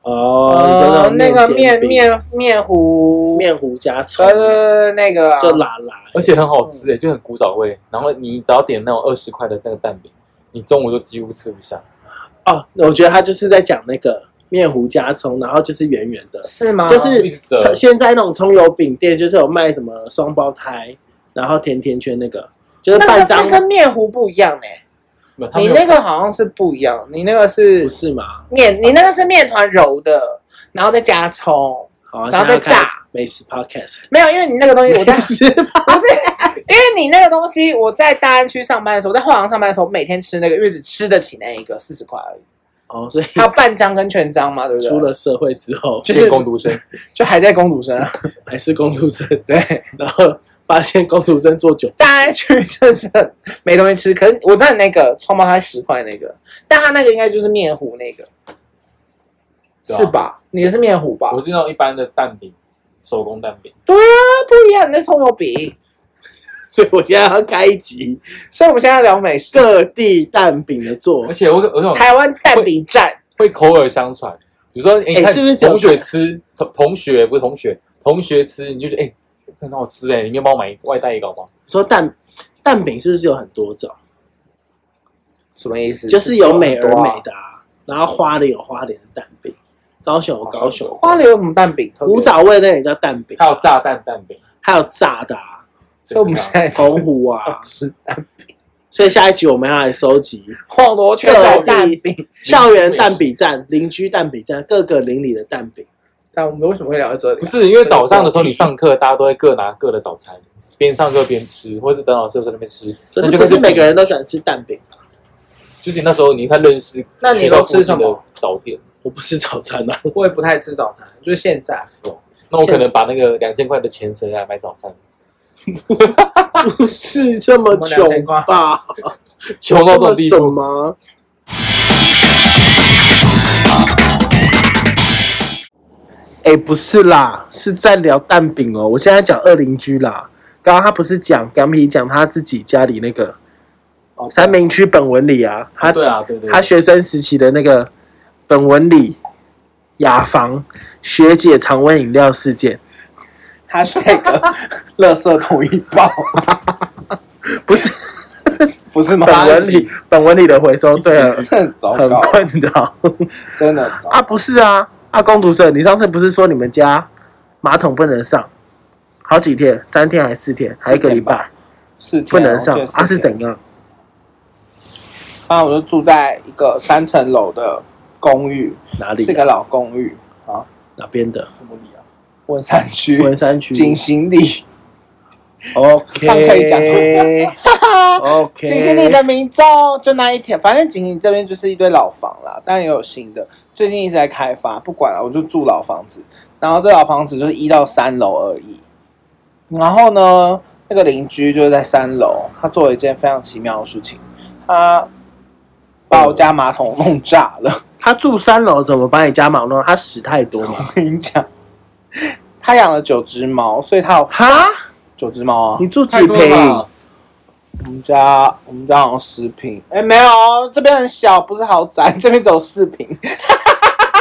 [SPEAKER 1] 哦，你说
[SPEAKER 3] 呃那个
[SPEAKER 1] 种
[SPEAKER 3] 面
[SPEAKER 1] 煎饼
[SPEAKER 3] 面面糊，
[SPEAKER 1] 面糊加葱
[SPEAKER 3] 呃，对对对那个、啊、
[SPEAKER 1] 就拉拉，
[SPEAKER 2] 而且很好吃诶、就很古早味。然后你只要点那种二十块的那个蛋饼，你中午就几乎吃不下。
[SPEAKER 1] 哦，我觉得他就是在讲那个面糊加葱，然后就是圆圆的，
[SPEAKER 3] 是吗？
[SPEAKER 1] 就是
[SPEAKER 2] 一直折
[SPEAKER 1] 像现在那种葱油饼店就是有卖什么双胞胎，然后甜甜圈那个，就是
[SPEAKER 3] 那
[SPEAKER 1] 半
[SPEAKER 3] 个
[SPEAKER 1] 张
[SPEAKER 3] 那，跟面糊不一样哎、
[SPEAKER 2] 没有它没
[SPEAKER 3] 你
[SPEAKER 2] 有
[SPEAKER 3] 那个好像是不一样，你那个是
[SPEAKER 1] 不是吗？
[SPEAKER 3] 面，你那个是面团揉的，然后再加葱，
[SPEAKER 1] 好，
[SPEAKER 3] 然
[SPEAKER 1] 现
[SPEAKER 3] 后再
[SPEAKER 1] 在要
[SPEAKER 3] 炸
[SPEAKER 1] 看美食 podcast，
[SPEAKER 3] 没有，因为你那个东西 我在
[SPEAKER 1] 美食
[SPEAKER 3] 不是，因为你那个东西，我在大安区上班的时候，在后廊上班的时候，每天吃那个，因为只吃得起那一个四十块而已，
[SPEAKER 1] 哦，所以
[SPEAKER 3] 还有半张跟全张嘛，对不对？
[SPEAKER 1] 出了社会之后
[SPEAKER 3] 就
[SPEAKER 2] 变
[SPEAKER 3] 是
[SPEAKER 2] 工读生，
[SPEAKER 3] 就还在攻读生啊，
[SPEAKER 1] 还是工读生，对，然后发现工读生做久，
[SPEAKER 3] 大家去就是没东西吃。可是我知道你那个葱包它十块那个，但它那个应该就是面糊那个，
[SPEAKER 2] 对啊
[SPEAKER 3] 是吧？你的是面糊吧
[SPEAKER 2] 我？是那种一般的蛋饼，手工蛋饼。
[SPEAKER 3] 对啊，不一样，你那葱油饼。
[SPEAKER 1] 所以我现在要开一集
[SPEAKER 3] 所以我们现在要聊美食，
[SPEAKER 1] 各地蛋饼的做
[SPEAKER 2] 而，且我我那种
[SPEAKER 3] 台湾蛋饼站
[SPEAKER 2] 会口耳相传，比如说，哎、你
[SPEAKER 1] 哎
[SPEAKER 2] 看
[SPEAKER 1] 是不是只有
[SPEAKER 2] 同学吃同同学不是同学同学吃，你就觉得哎、很好吃哎、你要帮我买一个外带一个好不好？
[SPEAKER 1] 说蛋蛋饼是不是有很多种？
[SPEAKER 3] 什么意思？
[SPEAKER 1] 就是有美而
[SPEAKER 3] 很多
[SPEAKER 1] 美
[SPEAKER 3] 啊。
[SPEAKER 1] 的啊，然后花莲有花莲的蛋饼，高雄有高雄，
[SPEAKER 3] 花莲有什么蛋饼？
[SPEAKER 1] 古，早味那也叫蛋饼，
[SPEAKER 2] 还有炸弹蛋饼，
[SPEAKER 1] 还有炸的啊，
[SPEAKER 3] 所以我们现在吃。
[SPEAKER 1] 澎湖啊
[SPEAKER 3] 吃
[SPEAKER 1] 所以下一集我们要来收集
[SPEAKER 3] 晃螺圈的蛋饼。
[SPEAKER 1] 校园蛋饼站、邻居蛋饼站、各个邻里的蛋饼。
[SPEAKER 3] 但我们为什么会聊到这里啊
[SPEAKER 2] 不？是因为早上的时候你上课，大家都会各拿各的早餐，边上课边吃，或是等老师在那边吃。
[SPEAKER 1] 可
[SPEAKER 2] 那
[SPEAKER 1] 是
[SPEAKER 2] 就
[SPEAKER 1] 不
[SPEAKER 2] 跟
[SPEAKER 1] 是每个人都喜欢吃蛋饼啊吧？
[SPEAKER 2] 就是那时候你看认识，
[SPEAKER 3] 那你都吃什么
[SPEAKER 2] 早点？
[SPEAKER 1] 我不吃早餐 啊，
[SPEAKER 3] 我也不太吃早餐，就是现在。
[SPEAKER 2] 是哦，那我可能把那个两千块的钱省下来买早餐，
[SPEAKER 1] 不是这么
[SPEAKER 3] 什么两
[SPEAKER 1] 穷
[SPEAKER 3] 千块
[SPEAKER 1] 吧？
[SPEAKER 2] 穷
[SPEAKER 1] 这
[SPEAKER 2] 到这种
[SPEAKER 1] 么
[SPEAKER 2] 地
[SPEAKER 1] 什
[SPEAKER 2] 步。
[SPEAKER 1] 么？哎、不是啦，是在聊蛋饼哦。我现在讲二邻居啦，刚刚他不是讲港皮讲他自己家里那个
[SPEAKER 2] 哦
[SPEAKER 1] 三明区本文里啊，他
[SPEAKER 2] 对啊，对对，
[SPEAKER 1] 他
[SPEAKER 2] 对
[SPEAKER 1] 学生时期的那个本文里雅房学姐常温饮料事件，
[SPEAKER 3] 他是那个垃圾桶一包，
[SPEAKER 1] 不是
[SPEAKER 3] 不是吗？
[SPEAKER 1] 本文
[SPEAKER 3] 一
[SPEAKER 1] 里
[SPEAKER 3] 起
[SPEAKER 1] 本文里啊的回收对 很
[SPEAKER 3] 真的啊很糟
[SPEAKER 1] 很
[SPEAKER 3] 糕，
[SPEAKER 1] 困扰
[SPEAKER 3] 真的很糟糕。
[SPEAKER 1] 啊，不是啊，啊，工读生，你上次不是说你们家马桶不能上，好几天，三天还是四天，还一个礼
[SPEAKER 3] 四天
[SPEAKER 1] 拜
[SPEAKER 3] 四天
[SPEAKER 1] 不能上
[SPEAKER 3] 我记得
[SPEAKER 1] 啊？
[SPEAKER 3] 四
[SPEAKER 1] 是
[SPEAKER 3] 天
[SPEAKER 1] 怎样？
[SPEAKER 3] 啊，我就住在一个三层楼的公寓，
[SPEAKER 1] 哪里
[SPEAKER 3] 是？个老公寓啊，
[SPEAKER 1] 哪边的？
[SPEAKER 3] 什么里啊？文山区，
[SPEAKER 1] 文山区。
[SPEAKER 3] 景行里，
[SPEAKER 1] OK，
[SPEAKER 3] 这样可以讲
[SPEAKER 1] OK，
[SPEAKER 3] 景行里的民众就那一天，反正景行里这边就是一堆老房啦，但也有新的，最近一直在开发，不管了，我就住老房子。然后这老房子就是一到三楼而已。然后呢，那个邻居就是在三楼，他做了一件非常奇妙的事情，他把我家马桶弄炸了。
[SPEAKER 1] 他住三楼，怎么把你家马弄？他屎太多嘛？
[SPEAKER 3] 我跟你讲，他养了九只猫，所以他有
[SPEAKER 1] 哈，
[SPEAKER 3] 九只猫啊
[SPEAKER 1] 你。住
[SPEAKER 2] 太
[SPEAKER 1] 几
[SPEAKER 2] 多了
[SPEAKER 1] 平？
[SPEAKER 2] 吧
[SPEAKER 3] 我们家我们家好像十平，哎、没有哦，这边很小，不是豪宅， 这边只有四平。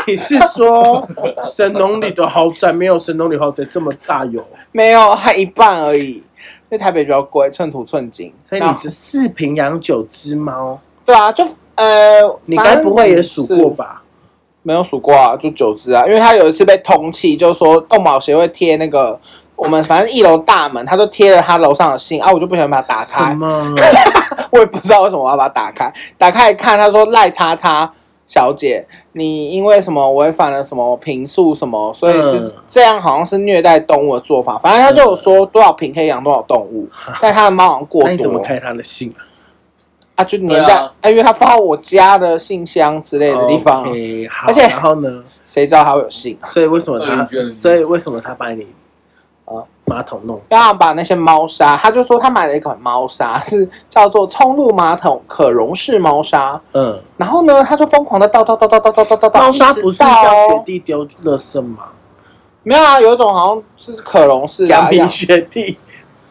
[SPEAKER 1] 你是说神农里的豪宅没有神农里豪宅这么大有？
[SPEAKER 3] 没有，还一半而已。因为台北比较贵，寸土寸金。
[SPEAKER 1] 所以
[SPEAKER 3] 然
[SPEAKER 1] 你
[SPEAKER 3] 后
[SPEAKER 1] 只四平养九只猫，
[SPEAKER 3] 对啊，就呃，
[SPEAKER 1] 你该不会也数过
[SPEAKER 3] 吧？
[SPEAKER 1] 吧？
[SPEAKER 3] 没有数过啊，就九只啊，因为他有一次被通气，就是说动保协会贴那个我们反正一楼大门，他就贴了他楼上的信啊，我就不想把它打
[SPEAKER 1] 什
[SPEAKER 3] 开，
[SPEAKER 1] 么？
[SPEAKER 3] 我也不知道为什么我要把它打开，打开一看，他说赖叉叉小姐，你因为什么违反了什么平数什么，所以是
[SPEAKER 1] 嗯
[SPEAKER 3] 这样，好像是虐待动物的做法，反正他就有说多少平可以养多少动物， 但他的猫好像 过
[SPEAKER 1] 那你怎么
[SPEAKER 3] 多，
[SPEAKER 1] 开他的信啊？
[SPEAKER 3] 啊就粘
[SPEAKER 2] 对
[SPEAKER 3] 在
[SPEAKER 2] 啊，
[SPEAKER 3] 哎，因为他放到我家的信箱之类的地方，
[SPEAKER 1] 哦 OK，好。
[SPEAKER 3] 而且
[SPEAKER 1] 然后 呢？
[SPEAKER 3] 谁知道他会有信啊？
[SPEAKER 1] 所以为什么
[SPEAKER 2] 恶人居
[SPEAKER 1] 他？
[SPEAKER 2] 然
[SPEAKER 1] 所以为什么他把你
[SPEAKER 3] 啊
[SPEAKER 1] 马桶弄？
[SPEAKER 3] 要他把那些猫砂，他就说他买了一款猫砂，是叫做冲入马桶可溶式猫砂。
[SPEAKER 1] 嗯，
[SPEAKER 3] 然后呢，他就疯狂的倒倒倒倒倒倒倒倒倒，
[SPEAKER 1] 猫砂不是叫
[SPEAKER 3] 一直
[SPEAKER 1] 学
[SPEAKER 3] 倒哦
[SPEAKER 1] 弟丢垃圾吗？
[SPEAKER 3] 没有啊，有一种好像是可溶式的、
[SPEAKER 1] 奖
[SPEAKER 3] 啊，
[SPEAKER 1] 品学弟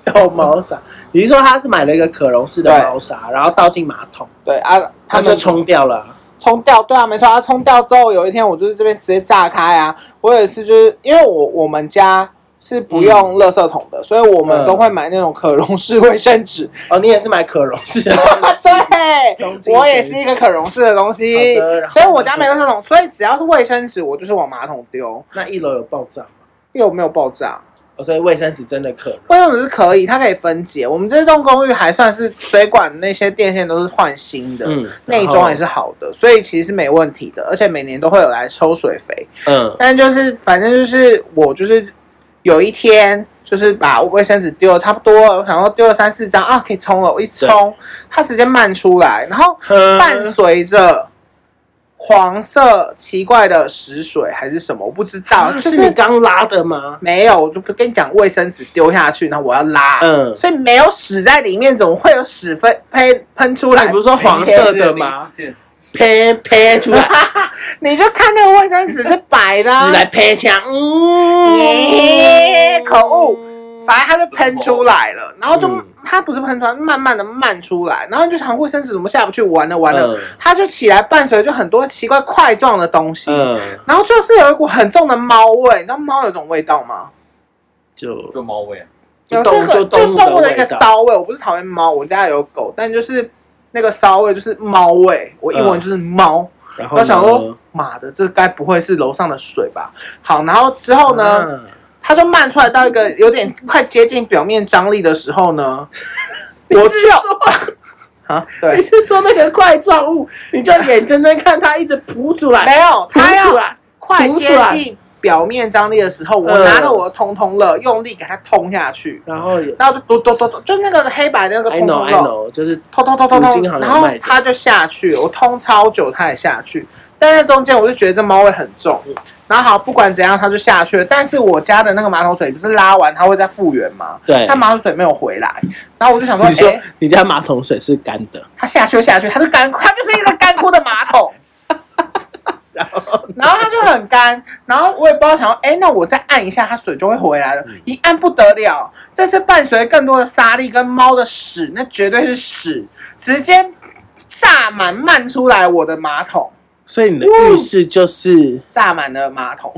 [SPEAKER 1] 倒猫 砂。你是说他是买了一个可溶式的
[SPEAKER 3] 对
[SPEAKER 1] 猫砂，然后倒进马桶，
[SPEAKER 3] 对啊，
[SPEAKER 1] 他
[SPEAKER 3] 他
[SPEAKER 1] 就
[SPEAKER 3] 们
[SPEAKER 1] 冲掉了 啊？
[SPEAKER 3] 冲掉，对啊，没错，他冲掉之后，有一天我就是这边直接炸开啊，我有一次就是因为我我们家。是不用垃圾桶的，所以我们
[SPEAKER 1] 嗯
[SPEAKER 3] 都会买那种可溶式卫生纸。
[SPEAKER 1] 哦，你也是买可溶式的
[SPEAKER 3] 啊， 对，
[SPEAKER 1] 东西
[SPEAKER 3] 我也是一个可溶式的东西
[SPEAKER 1] 好的然，后
[SPEAKER 3] 所以我家没有垃圾桶，所以只要是卫生纸，我就是往马桶丢，
[SPEAKER 1] 那一楼有爆炸吗，
[SPEAKER 3] 因为我没有爆炸。
[SPEAKER 1] 哦所以卫生纸真的可溶。
[SPEAKER 3] 卫生纸是可以，它可以分解。我们这栋公寓还算是水管那些电线都是换新的，
[SPEAKER 1] 嗯，
[SPEAKER 3] 内
[SPEAKER 1] 然
[SPEAKER 3] 装
[SPEAKER 1] 后
[SPEAKER 3] 也是好的，所以其实是没问题的。而且每年都会有来抽水肥，
[SPEAKER 1] 嗯，
[SPEAKER 3] 但就是反正就是我就是有一天就是把卫生纸丢的差不多了，我想说丢了三四张啊可以冲了，我一冲它直接漫出来，然后
[SPEAKER 1] 嗯
[SPEAKER 3] 伴随着黄色奇怪的食水还是什么，我不知道，
[SPEAKER 1] 啊
[SPEAKER 3] 就是是
[SPEAKER 1] 你刚拉的吗？
[SPEAKER 3] 没有，我就不跟你讲，卫生纸丢下去，然后我要拉，
[SPEAKER 1] 嗯，
[SPEAKER 3] 所以没有屎在里面，怎么会有屎分喷喷出来？
[SPEAKER 1] 哎你不是说黄色的吗？？呸呸出 来，
[SPEAKER 3] 你就看那个卫生纸是白
[SPEAKER 1] 屎
[SPEAKER 3] 的啊、
[SPEAKER 1] 来呸枪，
[SPEAKER 3] 耶
[SPEAKER 1] 嗯，
[SPEAKER 3] 可恶！反正它就喷出来了，然后就、
[SPEAKER 1] 嗯
[SPEAKER 3] 它不是喷出来，慢慢的漫出来，然后你就想卫生纸怎么下不去？完了完了，
[SPEAKER 1] 嗯
[SPEAKER 3] 它就起来伴随就很多奇怪块状的东西，
[SPEAKER 1] 嗯，
[SPEAKER 3] 然后就是有一股很重的猫味，你知道猫有种味道吗？
[SPEAKER 1] 就
[SPEAKER 2] 就猫味啊，
[SPEAKER 3] 有这
[SPEAKER 1] 动
[SPEAKER 3] 个
[SPEAKER 1] 就
[SPEAKER 3] 就动物
[SPEAKER 1] 物
[SPEAKER 3] 的一
[SPEAKER 1] 味
[SPEAKER 3] 个
[SPEAKER 1] 道，
[SPEAKER 3] 骚味，我不是讨厌猫，我家有狗，但就是那个骚味就是猫味，我一闻就是猫。
[SPEAKER 1] 然后
[SPEAKER 3] 我
[SPEAKER 1] 呢
[SPEAKER 3] 想说，妈的，这该不会是楼上的水吧？好，然后之后呢，？
[SPEAKER 1] 啊
[SPEAKER 3] 它就漫出来到一个有点快接近表面张力的时 候呢，我
[SPEAKER 1] 是
[SPEAKER 3] 就 啊，
[SPEAKER 1] 你
[SPEAKER 3] 对，
[SPEAKER 1] 是说那个块状物，你就眼睁睁看它一直扑出来，
[SPEAKER 3] 没有，
[SPEAKER 1] 扑
[SPEAKER 3] 它
[SPEAKER 1] 出
[SPEAKER 3] 要
[SPEAKER 1] 来，
[SPEAKER 3] 快
[SPEAKER 1] 凸出
[SPEAKER 3] 接
[SPEAKER 1] 来
[SPEAKER 3] 近表面张力的时候，我
[SPEAKER 1] 嗯
[SPEAKER 3] 拿了我的通通乐，用力给它通下去，
[SPEAKER 1] 然后有
[SPEAKER 3] 然后就嘟嘟嘟嘟，就那个黑白的那个
[SPEAKER 1] I
[SPEAKER 3] 通
[SPEAKER 1] know
[SPEAKER 3] 通
[SPEAKER 1] I
[SPEAKER 3] 乐，
[SPEAKER 1] know，就是
[SPEAKER 3] 通通通通
[SPEAKER 1] 五金行
[SPEAKER 3] 通，
[SPEAKER 1] 有
[SPEAKER 3] 然后
[SPEAKER 1] 卖的
[SPEAKER 3] 它就下去，我通超久它也下去，但是中间我就觉得这猫味很重。
[SPEAKER 1] 嗯
[SPEAKER 3] 然后好，不管怎样，它就下去了。但是我家的那个马桶水不是拉完它会再复原吗？
[SPEAKER 1] 对
[SPEAKER 3] 它马桶水没有回来，然后我就想说，
[SPEAKER 1] 你说
[SPEAKER 3] 哎，
[SPEAKER 1] 你家马桶水是干的，
[SPEAKER 3] 它下去就下去，它就干，它就是一个干枯的马 桶。然后，然后它就很干，然后我也不知道想说，哎，那我再按一下，它水就会回来了。
[SPEAKER 1] 嗯
[SPEAKER 3] 一按不得了，这次伴随更多的沙粒跟猫的屎，那绝对是屎，直接炸满漫出来我的马桶，
[SPEAKER 1] 所以你的浴室就是
[SPEAKER 3] 炸满了马桶，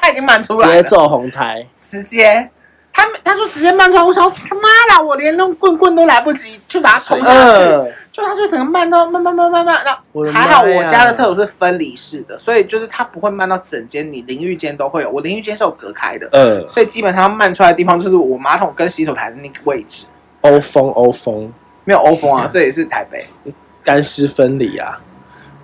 [SPEAKER 3] 它已经漫出
[SPEAKER 1] 直
[SPEAKER 3] 来
[SPEAKER 1] 接
[SPEAKER 3] 了，
[SPEAKER 1] 做红台，
[SPEAKER 3] 直接。他们他就直接慢吞我想他妈啦，我连弄棍棍都来不及去把它捅下去，
[SPEAKER 1] 嗯，
[SPEAKER 3] 就他就整个慢到慢慢慢慢慢，那
[SPEAKER 1] 我的妈呀
[SPEAKER 3] 还好我家的厕所是分离式的，所以就是它不会慢到整间你淋浴间都会有，我淋浴间是有隔开的，
[SPEAKER 1] 呃，
[SPEAKER 3] 所以基本上漫出来的地方就是我马桶跟洗手台的那个位置，
[SPEAKER 1] 欧风欧风，
[SPEAKER 3] 没有欧 风啊，这也是台北。
[SPEAKER 1] 干湿分离啊，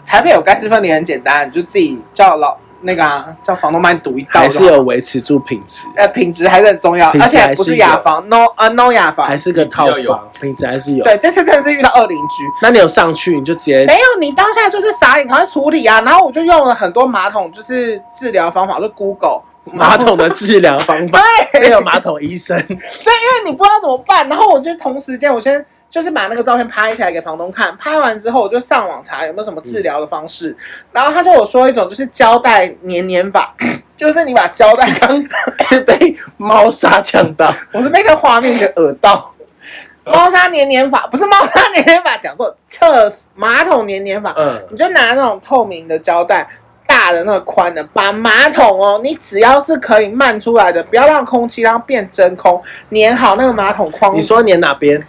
[SPEAKER 3] 台北有干湿分离很简单，你就自己叫老那个啊，叫房东帮你堵一道就好，
[SPEAKER 1] 还是有维持住品质，
[SPEAKER 3] 呃品质还是很重要，
[SPEAKER 1] 品质
[SPEAKER 3] 而且不是雅房，no 呃 no 雅房
[SPEAKER 1] 还，是个套
[SPEAKER 4] 品质要
[SPEAKER 1] 房，品质还是有。
[SPEAKER 3] 对，哎这次真的是遇到恶邻居，
[SPEAKER 1] 那你有上去你就直接
[SPEAKER 3] 没有，你当下就是傻眼，赶快处理啊！然后我就用了很多马桶就是治疗方法，我就 Google
[SPEAKER 1] 马桶的治疗方 法，没有马桶医生，
[SPEAKER 3] 对，因为你不知道怎么办，然后我就同时间我先。就是把那个照片拍起来给房东看，拍完之后我就上网查有没有什么治疗的方式，然后他就有说一种就是胶带粘粘法， 就是你把胶带
[SPEAKER 1] 刚是被猫砂呛到，
[SPEAKER 3] 我是被那画面给耳 到。
[SPEAKER 1] 哦
[SPEAKER 3] 猫砂黏黏法不是猫砂黏黏法，讲错，厕马桶黏黏法。
[SPEAKER 1] 嗯，
[SPEAKER 3] 你就拿那种透明的胶带，大的那个宽的，把马桶哦，你只要是可以漫出来的，不要让空气让它变真空，粘好那个马桶框。
[SPEAKER 1] 你说粘哪边？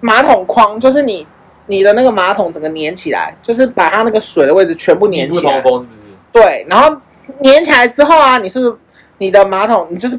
[SPEAKER 3] 马桶框就是你你的那个马桶整个粘起来，就是把它那个水的位置全部粘
[SPEAKER 4] 不会
[SPEAKER 3] 起
[SPEAKER 1] 啊
[SPEAKER 4] 通
[SPEAKER 3] 来。
[SPEAKER 4] 风是不是？
[SPEAKER 3] 对，然后粘起来之后啊，你是不是你的马桶，你就是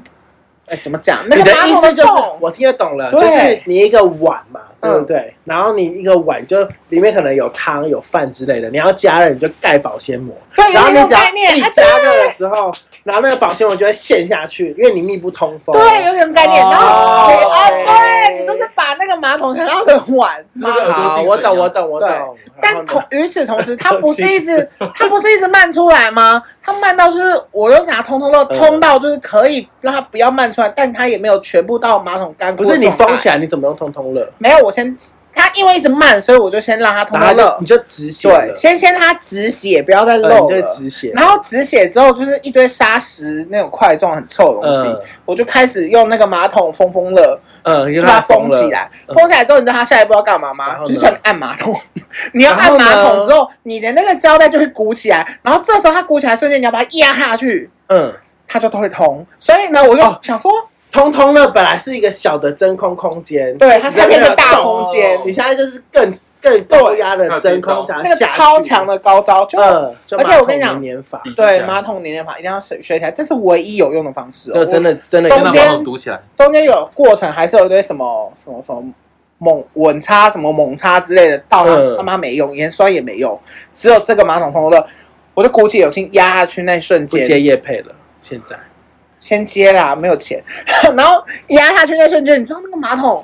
[SPEAKER 3] 哎怎么讲？那
[SPEAKER 1] 你
[SPEAKER 3] 个
[SPEAKER 1] 的
[SPEAKER 3] 马
[SPEAKER 1] 意
[SPEAKER 3] 桶
[SPEAKER 1] 思就是
[SPEAKER 3] 洞
[SPEAKER 1] 我听得懂了，
[SPEAKER 3] 对
[SPEAKER 1] 就是你一个碗嘛，对
[SPEAKER 3] 嗯
[SPEAKER 1] 不对？然后你一个碗就里面可能有汤有饭之类的，你要加热你就盖保鲜膜，
[SPEAKER 3] 对，
[SPEAKER 1] 然
[SPEAKER 3] 哎有
[SPEAKER 1] 后你只要
[SPEAKER 3] 点这种概念，
[SPEAKER 1] 一
[SPEAKER 3] 啊
[SPEAKER 1] 加热的时候，然后那个保鲜膜就会陷下去，因为你密不通风。
[SPEAKER 3] 对，有点概念。
[SPEAKER 4] 哦
[SPEAKER 3] 然后你啊，
[SPEAKER 1] 对
[SPEAKER 3] 对
[SPEAKER 1] 哦
[SPEAKER 3] 你就是把那个马桶想当成碗，
[SPEAKER 4] 是不是耳朵
[SPEAKER 1] 好，
[SPEAKER 4] 进水
[SPEAKER 1] 我懂
[SPEAKER 4] 一样
[SPEAKER 1] 我懂我懂。然后
[SPEAKER 3] 但
[SPEAKER 1] 呢
[SPEAKER 3] 同与此同时，它 不是一直 它不是一直漫出来吗？它漫到就是我又拿通通漏
[SPEAKER 1] 嗯
[SPEAKER 3] 通到就是可以让它不要漫出来，但它也没有全部到马桶干
[SPEAKER 1] 不
[SPEAKER 3] 枯。
[SPEAKER 1] 是你封起，来，你怎么用通通乐？
[SPEAKER 3] 没有，我先它因为一直漫，所以我就先让它通
[SPEAKER 1] 然
[SPEAKER 3] 通
[SPEAKER 1] 后
[SPEAKER 3] 漏
[SPEAKER 1] 就你。就止血了
[SPEAKER 3] 对，，先先它止血，不要再
[SPEAKER 1] 呃
[SPEAKER 3] 漏
[SPEAKER 1] 你就
[SPEAKER 3] 了。
[SPEAKER 1] 止血。
[SPEAKER 3] 然后止血之后就是一堆沙石那种块状很臭的东西，
[SPEAKER 1] 嗯
[SPEAKER 3] 我就开始用那个马桶封封乐，
[SPEAKER 1] 嗯，
[SPEAKER 3] 就
[SPEAKER 1] 就
[SPEAKER 3] 把
[SPEAKER 1] 它
[SPEAKER 3] 它封
[SPEAKER 1] 了
[SPEAKER 3] 起。来，
[SPEAKER 1] 嗯
[SPEAKER 3] 封起来之后，你知道他下一步要干嘛
[SPEAKER 1] 然
[SPEAKER 3] 吗？
[SPEAKER 1] 后呢
[SPEAKER 3] 就是叫你按马桶。你要
[SPEAKER 1] 然后
[SPEAKER 3] 按
[SPEAKER 1] 呢
[SPEAKER 3] 马桶之后，你的那个胶带就会鼓起来，然后这时候它鼓起来瞬间，你要把它压下去，
[SPEAKER 1] 嗯，
[SPEAKER 3] 它就都会通。所以呢，我
[SPEAKER 1] 哦
[SPEAKER 3] 就想说，
[SPEAKER 1] 通通乐本来是一个小的真空空间，
[SPEAKER 3] 对，它下面
[SPEAKER 1] 那
[SPEAKER 3] 是
[SPEAKER 1] 个
[SPEAKER 3] 大
[SPEAKER 1] 洞
[SPEAKER 3] 空间
[SPEAKER 4] 哦
[SPEAKER 1] 你，现在就是更更高压的真空
[SPEAKER 4] 对
[SPEAKER 1] 墙，
[SPEAKER 3] 那个超强，的高招，就
[SPEAKER 1] 嗯，
[SPEAKER 3] 而且我跟你讲
[SPEAKER 1] 年法，
[SPEAKER 3] 对马桶粘连法一定要学学起来，这是唯一有用的方式哦。
[SPEAKER 1] 这真的真的
[SPEAKER 3] 中
[SPEAKER 4] 先把
[SPEAKER 3] 间
[SPEAKER 4] 马桶堵起来，
[SPEAKER 3] 中间有过程，还是有一堆什么什么什么猛稳擦、什么猛擦之类的，到
[SPEAKER 1] 嗯
[SPEAKER 3] 他他妈没用，盐酸也没用，只有这个马桶通的，我就鼓起勇气压下去那一瞬
[SPEAKER 1] 不
[SPEAKER 3] 间，
[SPEAKER 1] 接叶配了，现在
[SPEAKER 3] 先接啦，没有钱， 然后压下去那瞬间，你知道那个马桶，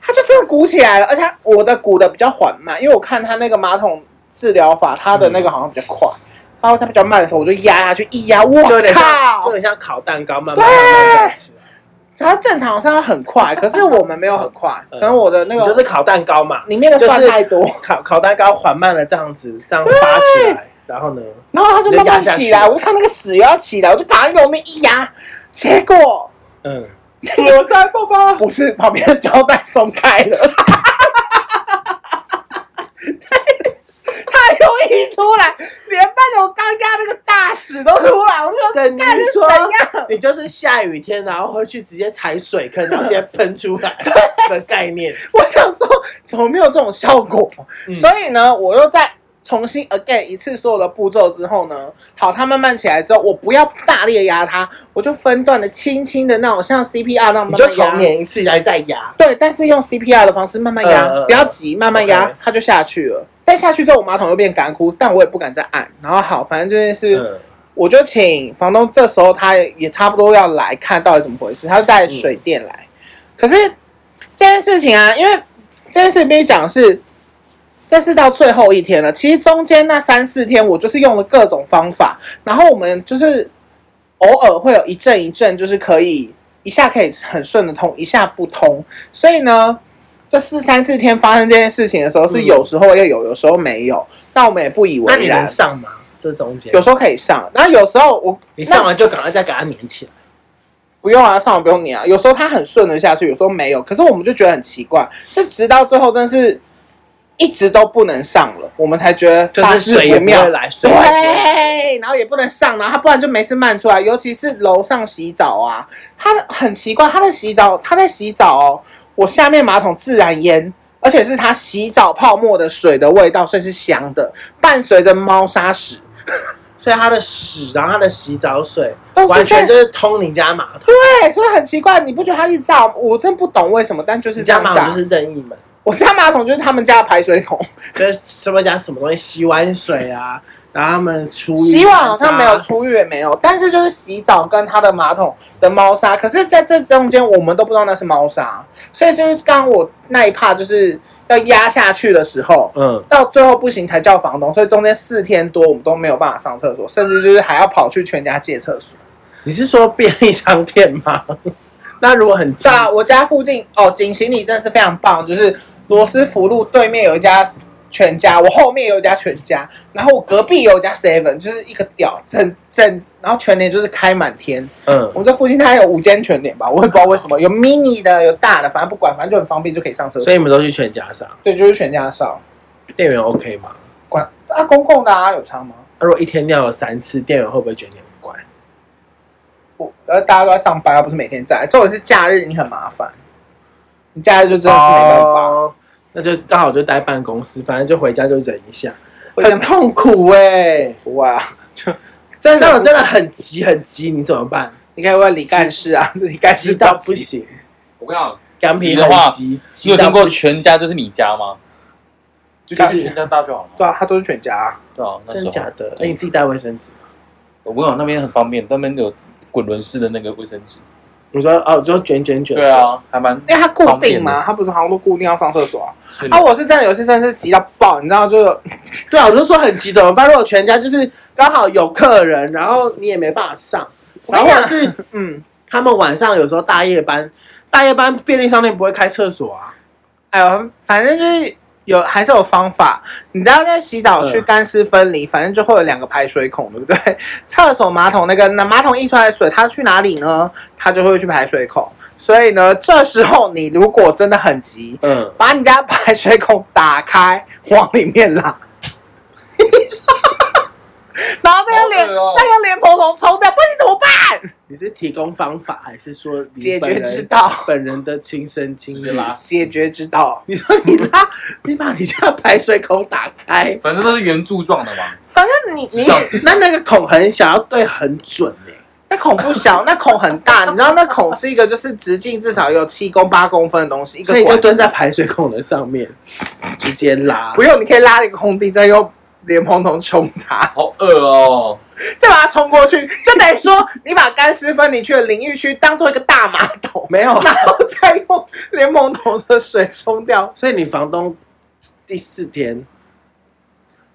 [SPEAKER 3] 它就真的鼓起来了，而且它我的鼓的比较缓慢，因为我看它那个马桶治疗法，它的那个好像比较快，然后它比较慢的时候，我就压下去一压，我
[SPEAKER 1] 嗯就有点像，就有
[SPEAKER 3] 靠！
[SPEAKER 1] 点像烤蛋糕，慢慢慢慢起来，
[SPEAKER 3] 它正常是要很快，可是我们没有很快，
[SPEAKER 1] 嗯
[SPEAKER 3] 可能我的那
[SPEAKER 1] 你
[SPEAKER 3] 个
[SPEAKER 1] 就是烤蛋糕嘛，
[SPEAKER 3] 里面的饭太多，
[SPEAKER 1] 烤烤蛋糕缓慢的这样子这样发起来，然后呢，
[SPEAKER 3] 然后它就慢慢
[SPEAKER 1] 你就
[SPEAKER 3] 起
[SPEAKER 1] 压下
[SPEAKER 3] 来，
[SPEAKER 1] 去
[SPEAKER 3] 我就看那个屎也要起来，我就打一个我面一压，结果
[SPEAKER 1] 嗯，
[SPEAKER 3] 我在爸爸 不是旁边的胶带松开了， 太容易出来，连半的我刚压那个大屎都出来，我就说
[SPEAKER 1] 等于
[SPEAKER 3] 干是怎
[SPEAKER 1] 说
[SPEAKER 3] 样？
[SPEAKER 1] 你就是下雨天，然后回去直接踩水坑，然后直接喷出 来的概念，
[SPEAKER 3] 我想说怎么没有这种效果？
[SPEAKER 1] 嗯
[SPEAKER 3] 所以呢，我又再重新 again 一次所有的步骤之后呢，好，它慢慢起来之后，我不要大力的压它，我就分段的轻轻的那种，像 CPR 那种
[SPEAKER 1] 你
[SPEAKER 3] 慢
[SPEAKER 1] 就
[SPEAKER 3] 慢压
[SPEAKER 1] 重。粘一次，然后再压，
[SPEAKER 3] 对，但是用 CPR 的方式慢慢压，
[SPEAKER 1] 嗯嗯嗯
[SPEAKER 3] 不要急，慢慢压
[SPEAKER 1] OK，
[SPEAKER 3] 它就下去了。但下去之后，我马桶又变干枯，但我也不敢再按。然后好，反正这件事，
[SPEAKER 1] 嗯
[SPEAKER 3] 我就请房东，这时候他也差不多要来看到底怎么回事，他就带水电来。
[SPEAKER 1] 嗯
[SPEAKER 3] 可是这件事情啊，因为这件事必须讲是，这是到最后一天了。其实中间那三四天，我就是用了各种方法，然后我们就是偶尔会有一阵一阵，就是可以一下可以很顺的通，一下不通。所以呢，这四三四天发生这件事情的时候，是
[SPEAKER 1] 嗯
[SPEAKER 3] 有时候要有，有时候没有。那我们也不以
[SPEAKER 1] 那
[SPEAKER 3] 为
[SPEAKER 1] 你能
[SPEAKER 3] 然。
[SPEAKER 1] 上吗？这中间
[SPEAKER 3] 有时候可以上，然后有时候我
[SPEAKER 1] 你上完就赶快再给它粘起来。
[SPEAKER 3] 不用啊，上网不用你啊。有时候它很顺的下去，有时候没有，可是我们就觉得很奇怪，是直到最后真的是一直都不能上了，我们才觉得
[SPEAKER 1] 就
[SPEAKER 3] 大
[SPEAKER 1] 是
[SPEAKER 3] 事
[SPEAKER 1] 水也
[SPEAKER 3] 不
[SPEAKER 1] 不会
[SPEAKER 3] 妙。
[SPEAKER 1] 来，水也不会来
[SPEAKER 3] 对，然后也不能上，然后他不然就没事漫出来，尤其是楼上洗澡啊，他的很奇怪，他的洗澡他在洗澡哦，我下面马桶自然淹，而且是他洗澡泡沫的水的味道，所以是香的，伴随着猫砂屎，
[SPEAKER 1] 所以他的屎，然后他的洗澡水，
[SPEAKER 3] 都是
[SPEAKER 1] 完全
[SPEAKER 3] 在
[SPEAKER 1] 就是通你家马桶，
[SPEAKER 3] 对，所以很奇怪，你不觉得他一直炸？我真不懂为什么，但就是
[SPEAKER 1] 你
[SPEAKER 3] 这
[SPEAKER 1] 家
[SPEAKER 3] 样
[SPEAKER 1] 马
[SPEAKER 3] 炸。
[SPEAKER 1] 桶就是任意门，
[SPEAKER 3] 我家马桶就是他们家的排水孔，
[SPEAKER 1] 跟什么讲什么东西，洗碗水啊，然后他们厨余
[SPEAKER 3] 洗碗好
[SPEAKER 1] 渣
[SPEAKER 3] 像没有，出浴也没有，但是就是洗澡跟他的马桶的猫砂，可是在这中间我们都不知道那是猫砂，所以就是刚我那一趴就是要压下去的时候，
[SPEAKER 1] 嗯，
[SPEAKER 3] 到最后不行才叫房东，所以中间四天多我们都没有办法上厕所，甚至就是还要跑去全家借厕所。
[SPEAKER 1] 你是说便利商店吗？ 那如果很
[SPEAKER 3] 是啊，
[SPEAKER 1] 炸，
[SPEAKER 3] 我家附近哦，景行里真的是非常棒，就是罗斯福路对面有一家全家，我后面有一家全家，然后我隔壁有一家 Seven，就是一个屌，整整，然后全年就是开满天。
[SPEAKER 1] 嗯，
[SPEAKER 3] 我们这附近大概有五间全年吧，我也不知道为什么，有 mini 的，有大的，反正不管，反正就很方便，就可以上厕
[SPEAKER 1] 所
[SPEAKER 3] 所。
[SPEAKER 1] 以你们都去全家上，
[SPEAKER 3] 对，就是全家上，
[SPEAKER 1] 店员 OK 吗？
[SPEAKER 3] 管啊，公共的啊，有差吗？
[SPEAKER 1] 那如果一天尿了三次，店员会不会觉得你很怪？
[SPEAKER 3] 我呃，大家都在上班，又不是每天在，重点是假日你很麻烦，你假日就真的是没办法。
[SPEAKER 1] 哦那就刚好就待办公室，反正就回家就忍一下，
[SPEAKER 3] 我真
[SPEAKER 1] 很
[SPEAKER 3] 的
[SPEAKER 1] 痛苦哎、
[SPEAKER 3] 哇，就真
[SPEAKER 1] 那
[SPEAKER 3] 的
[SPEAKER 1] 我真的很急很急，你怎么办？
[SPEAKER 3] 你可以问李干事啊，李干
[SPEAKER 1] 急
[SPEAKER 3] 事
[SPEAKER 1] 到
[SPEAKER 3] 到
[SPEAKER 1] 不
[SPEAKER 3] 不行。
[SPEAKER 1] 行，
[SPEAKER 2] 我跟你讲，
[SPEAKER 1] 干皮
[SPEAKER 2] 急的话
[SPEAKER 1] 很急，
[SPEAKER 2] 你有
[SPEAKER 1] 急到
[SPEAKER 2] 听过
[SPEAKER 1] 不行
[SPEAKER 2] 全家就是你家吗？就
[SPEAKER 1] 就是
[SPEAKER 2] 全家大就好了。
[SPEAKER 3] 对啊，他都是全家、啊。
[SPEAKER 2] 对啊，那
[SPEAKER 1] 真
[SPEAKER 2] 时
[SPEAKER 1] 的
[SPEAKER 2] 候
[SPEAKER 1] 假的？那哎你自己带卫生纸？
[SPEAKER 2] 我跟你讲，那边很方便，那边有滚轮式的那个卫生纸。
[SPEAKER 1] 你说哦，就卷卷卷。
[SPEAKER 2] 对，啊，还蛮
[SPEAKER 3] 因为他固
[SPEAKER 2] 方便
[SPEAKER 3] 定嘛，
[SPEAKER 2] 的
[SPEAKER 3] 他不是好像都固定要上厕所啊。
[SPEAKER 2] 是
[SPEAKER 3] 啊，我是真的有一次真的是急到爆，你知道，就是
[SPEAKER 1] 对啊，我就说很急怎么办？如果全家就是刚好有客人，然后你也没办法上，
[SPEAKER 3] 我
[SPEAKER 1] 然
[SPEAKER 3] 跟
[SPEAKER 1] 后
[SPEAKER 3] 你
[SPEAKER 1] 或
[SPEAKER 3] 讲
[SPEAKER 1] 者是
[SPEAKER 3] 嗯，
[SPEAKER 1] 他们晚上有时候大夜班，大夜班便利商店不会开厕所啊。
[SPEAKER 3] 哎呦，反正就是有还是有方法。你知道，在洗澡去
[SPEAKER 1] 嗯
[SPEAKER 3] 干湿分离，反正就会有两个排水孔，对不对？ 厕所马桶那个，那马桶溢出来的水，它去哪里呢？它就会去排水孔。所以呢，这时候你如果真的很急，
[SPEAKER 1] 嗯，
[SPEAKER 3] 把你家排水孔打开，往里面拉。 然后再用脸，
[SPEAKER 2] 好恶哦
[SPEAKER 3] 再用莲蓬头冲掉，不然你怎么办？
[SPEAKER 1] 你是提供方法，还是说你
[SPEAKER 3] 解
[SPEAKER 1] 本
[SPEAKER 3] 决
[SPEAKER 1] 人
[SPEAKER 3] 之道，
[SPEAKER 1] 本人的亲身经历
[SPEAKER 2] 是啦
[SPEAKER 3] 解决之道。
[SPEAKER 1] 你说你拉，你把你家排水孔打 开，
[SPEAKER 2] 反正都是圆柱状的嘛。
[SPEAKER 3] 反正你你
[SPEAKER 2] 知道知
[SPEAKER 1] 那那个孔很小，要对很准哎、
[SPEAKER 3] 那孔不小，那孔很大，你知道那孔是一个就是直径至少有七公八公分的东西，一
[SPEAKER 1] 所以你
[SPEAKER 3] 个
[SPEAKER 1] 就
[SPEAKER 3] 管
[SPEAKER 1] 蹲在排水孔的上面，直接拉
[SPEAKER 3] 不。用，你可以拉了一个空地，再用莲蓬头冲它，
[SPEAKER 2] 好饿哦，
[SPEAKER 3] 再把它冲过去，就等于说你把干湿分离区的淋浴区当做一个大马桶，
[SPEAKER 1] 没有啊，
[SPEAKER 3] 然后再用莲蓬头的水冲掉，
[SPEAKER 1] 所以你房东第四天，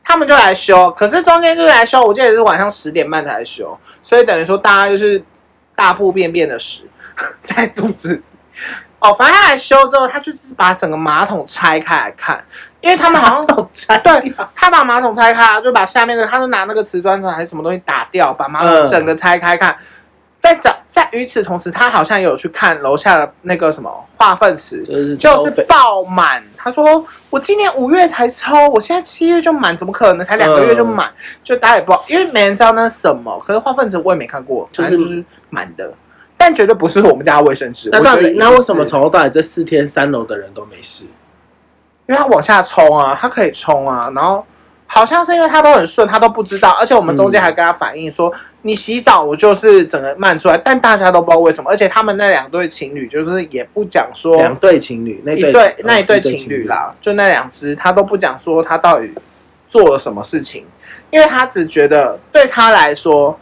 [SPEAKER 3] 他们就来修。可是中间就是来修，我记得是晚上十点半才来修，所以等于说大家就是大腹便便的屎 在肚子。哦，反正他来修之后，他就是把整个马桶拆开来看，因为他们好像
[SPEAKER 1] 拆
[SPEAKER 3] 对他把马桶拆开啊，就把下面的，他就拿那个瓷砖砖还是什么东西打掉，把马
[SPEAKER 1] 嗯
[SPEAKER 3] 桶整个拆开看。在找在与此同时，他好像也有去看楼下的那个什么化粪池，
[SPEAKER 1] 就是
[SPEAKER 3] 就
[SPEAKER 1] 收
[SPEAKER 3] 是
[SPEAKER 1] 费
[SPEAKER 3] 爆满。他说哦我今年五月才抽，我现在七月就满，怎么可能？才两个月就满，
[SPEAKER 1] 嗯
[SPEAKER 3] 就大家也不知道，因为没人知道那是什么。可是化粪池我也没看过，
[SPEAKER 1] 就是
[SPEAKER 3] 反正就是满的，但绝对不是我们家的卫生纸。
[SPEAKER 1] 那
[SPEAKER 3] 我
[SPEAKER 1] 到
[SPEAKER 3] 觉得
[SPEAKER 1] 底
[SPEAKER 3] 一定
[SPEAKER 1] 那为什
[SPEAKER 3] 是
[SPEAKER 1] 么？从头到尾这四天三楼的人都没事？
[SPEAKER 3] 因为它往下冲啊，它可以冲啊，然后。好像是因为它都很顺，他都不知道，而且我们中间还跟他反映
[SPEAKER 1] 嗯
[SPEAKER 3] 说，你洗澡我就是整个慢出来，但大家都不知道为什么，而且他们那两对情侣就是也不讲说
[SPEAKER 1] 两对情侣，那
[SPEAKER 3] 哦一
[SPEAKER 1] 对情
[SPEAKER 3] 对那一对
[SPEAKER 1] 情
[SPEAKER 3] 情侣，啦，就那两只，他都不讲说他到底做了什么事情，因为他只觉得对他来说，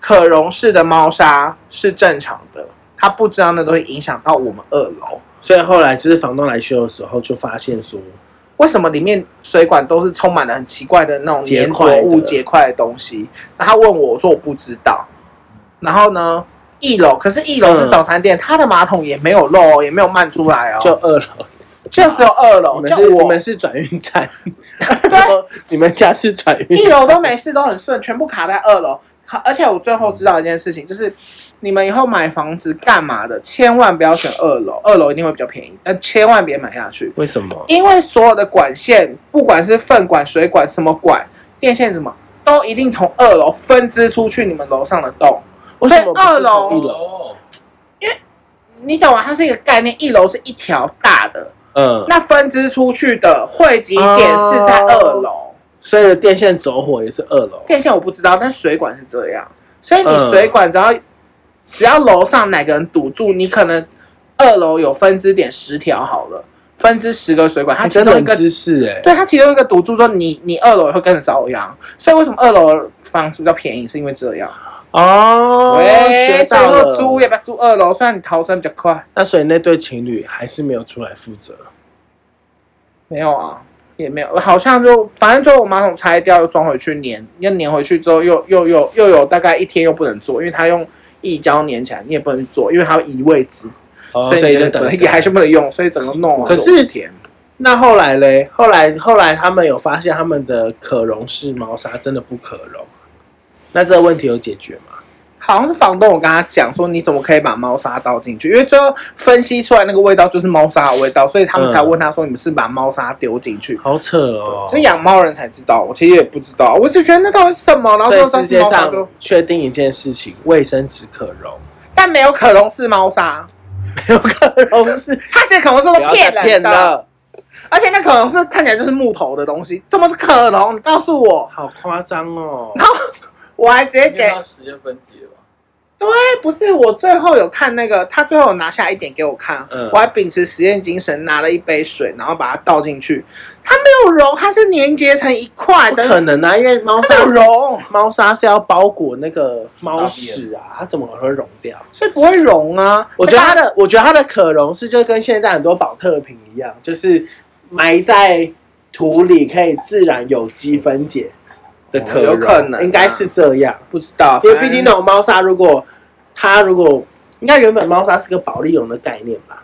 [SPEAKER 3] 可溶式的猫砂是正常的，他不知道那都会影响到我们二楼。
[SPEAKER 1] 所以后来就是房东来修的时候，就发现说，
[SPEAKER 3] 为什么里面水管都是充满了很奇怪的那种
[SPEAKER 1] 结
[SPEAKER 3] 粘
[SPEAKER 1] 块
[SPEAKER 3] 着物、
[SPEAKER 1] 的
[SPEAKER 3] 结块的东西？然后他问我，我说我不知道。然后呢，一楼可是一楼是
[SPEAKER 1] 嗯
[SPEAKER 3] 早餐店，他的马桶也没有漏哦，也没有漫出来哦，
[SPEAKER 1] 就二楼，
[SPEAKER 3] 就只有二楼，
[SPEAKER 1] 你们
[SPEAKER 3] 就是哦我
[SPEAKER 1] 你们是转运 站，然后你们家是转运
[SPEAKER 3] 一
[SPEAKER 1] 站，
[SPEAKER 3] 楼都没事，都很顺，全部卡在二楼。好，而且我最后知道一件事情，就是你们以后买房子干嘛的，千万不要选二楼，二楼一定会比较便宜，但千万别买下去，
[SPEAKER 1] 为什么？
[SPEAKER 3] 因为所有的管线，不管是粪管、水管、什么管、电线什么，都一定从二楼分支出去你们楼上的洞。
[SPEAKER 1] 为什么不是
[SPEAKER 3] 二楼
[SPEAKER 1] 从一楼？
[SPEAKER 2] 哦，
[SPEAKER 3] 你懂吗？它是一个概念，一楼是一条大的，
[SPEAKER 1] 嗯，
[SPEAKER 3] 那分支出去的汇集点是
[SPEAKER 1] 哦
[SPEAKER 3] 在二楼。
[SPEAKER 1] 所以电线走火也是二楼。
[SPEAKER 3] 电线我不知道，但水管是这样，所以
[SPEAKER 1] 嗯
[SPEAKER 3] 你水管只要、只要楼上哪个人堵住，你可能二楼有分支点十条好了，分支十个水管，它
[SPEAKER 1] 还
[SPEAKER 3] 其
[SPEAKER 1] 哎真
[SPEAKER 3] 中
[SPEAKER 1] 的
[SPEAKER 3] 一个
[SPEAKER 1] 知识哎、
[SPEAKER 3] 对它其中一个堵住之后，你你二楼也会跟着遭殃，所以为什么二楼房租比较便宜，是因为这样。
[SPEAKER 1] 哦，学到
[SPEAKER 3] 所以说租
[SPEAKER 1] 了。
[SPEAKER 3] 要不要租二楼？虽然你逃生比较快，
[SPEAKER 1] 那所以那对情侣还是没有出来负责。
[SPEAKER 3] 没有啊。也没有，好像就反正最后我马桶拆掉，又装回去粘，又粘回去之后又又又又有大概一天又不能做，因为它用异胶粘起来，你也不能做，因为它有移位置，
[SPEAKER 1] 哦，所以
[SPEAKER 3] 以你
[SPEAKER 1] 就
[SPEAKER 3] 就
[SPEAKER 1] 等
[SPEAKER 3] 不
[SPEAKER 1] 了
[SPEAKER 3] 能也还是不能用，所以整个弄完
[SPEAKER 1] 可
[SPEAKER 3] 就是甜。
[SPEAKER 1] 那后来嘞？后来后来他们有发现他们的可溶式猫砂真的不可溶，那这个问题有解决吗？
[SPEAKER 3] 好像是房东，我跟他讲说，你怎么可以把猫砂倒进去？因为最后分析出来那个味道就是猫砂的味道，所以他们才问他说，你们是把猫砂丢进去？
[SPEAKER 1] 好扯哦！
[SPEAKER 3] 这养猫人才知道，我其实也不知道，我只觉得那到底是什么，然后
[SPEAKER 1] 所
[SPEAKER 3] 最
[SPEAKER 1] 以
[SPEAKER 3] 后知道
[SPEAKER 1] 世
[SPEAKER 3] 是
[SPEAKER 1] 界
[SPEAKER 3] 猫砂就
[SPEAKER 1] 上，确定一件事情，卫生纸可溶，
[SPEAKER 3] 但没有可溶式猫砂，
[SPEAKER 1] 没有可溶是
[SPEAKER 3] 他写可溶式
[SPEAKER 1] 不
[SPEAKER 3] 都
[SPEAKER 1] 要
[SPEAKER 3] 骗
[SPEAKER 1] 再
[SPEAKER 3] 人
[SPEAKER 1] 骗
[SPEAKER 3] 的，
[SPEAKER 1] 了，
[SPEAKER 3] 而且那可溶式看起来就是木头的东西，怎么是可溶？你告诉我，
[SPEAKER 1] 好夸张 哦！
[SPEAKER 3] 我还直接给哎
[SPEAKER 2] 要时间分解吧。
[SPEAKER 3] 不是，我最后有看那个，他最后有拿下一点给我看，
[SPEAKER 1] 嗯
[SPEAKER 3] 我还秉持实验精神拿了一杯水，然后把它倒进去，它没有溶，它是粘结成一块
[SPEAKER 1] 不
[SPEAKER 3] 的，
[SPEAKER 1] 可能啊，因为猫
[SPEAKER 3] 它
[SPEAKER 1] 砂
[SPEAKER 3] 没有溶，
[SPEAKER 1] 猫砂是要包裹那个猫屎啊，它怎么会溶掉？
[SPEAKER 3] 所以不会溶啊。
[SPEAKER 1] 我觉得它
[SPEAKER 3] 它
[SPEAKER 1] 的，我觉得它的可溶是就跟现在很多保特瓶一样，就是埋在土里可以自然有机分解的可溶，
[SPEAKER 3] 有可能啊
[SPEAKER 1] 应该是这样，
[SPEAKER 3] 不知道，
[SPEAKER 1] 因为
[SPEAKER 3] 啊反
[SPEAKER 1] 毕
[SPEAKER 3] 正
[SPEAKER 1] 竟那种猫砂，如果它如果应该原本猫砂是个保利龙的概念吧，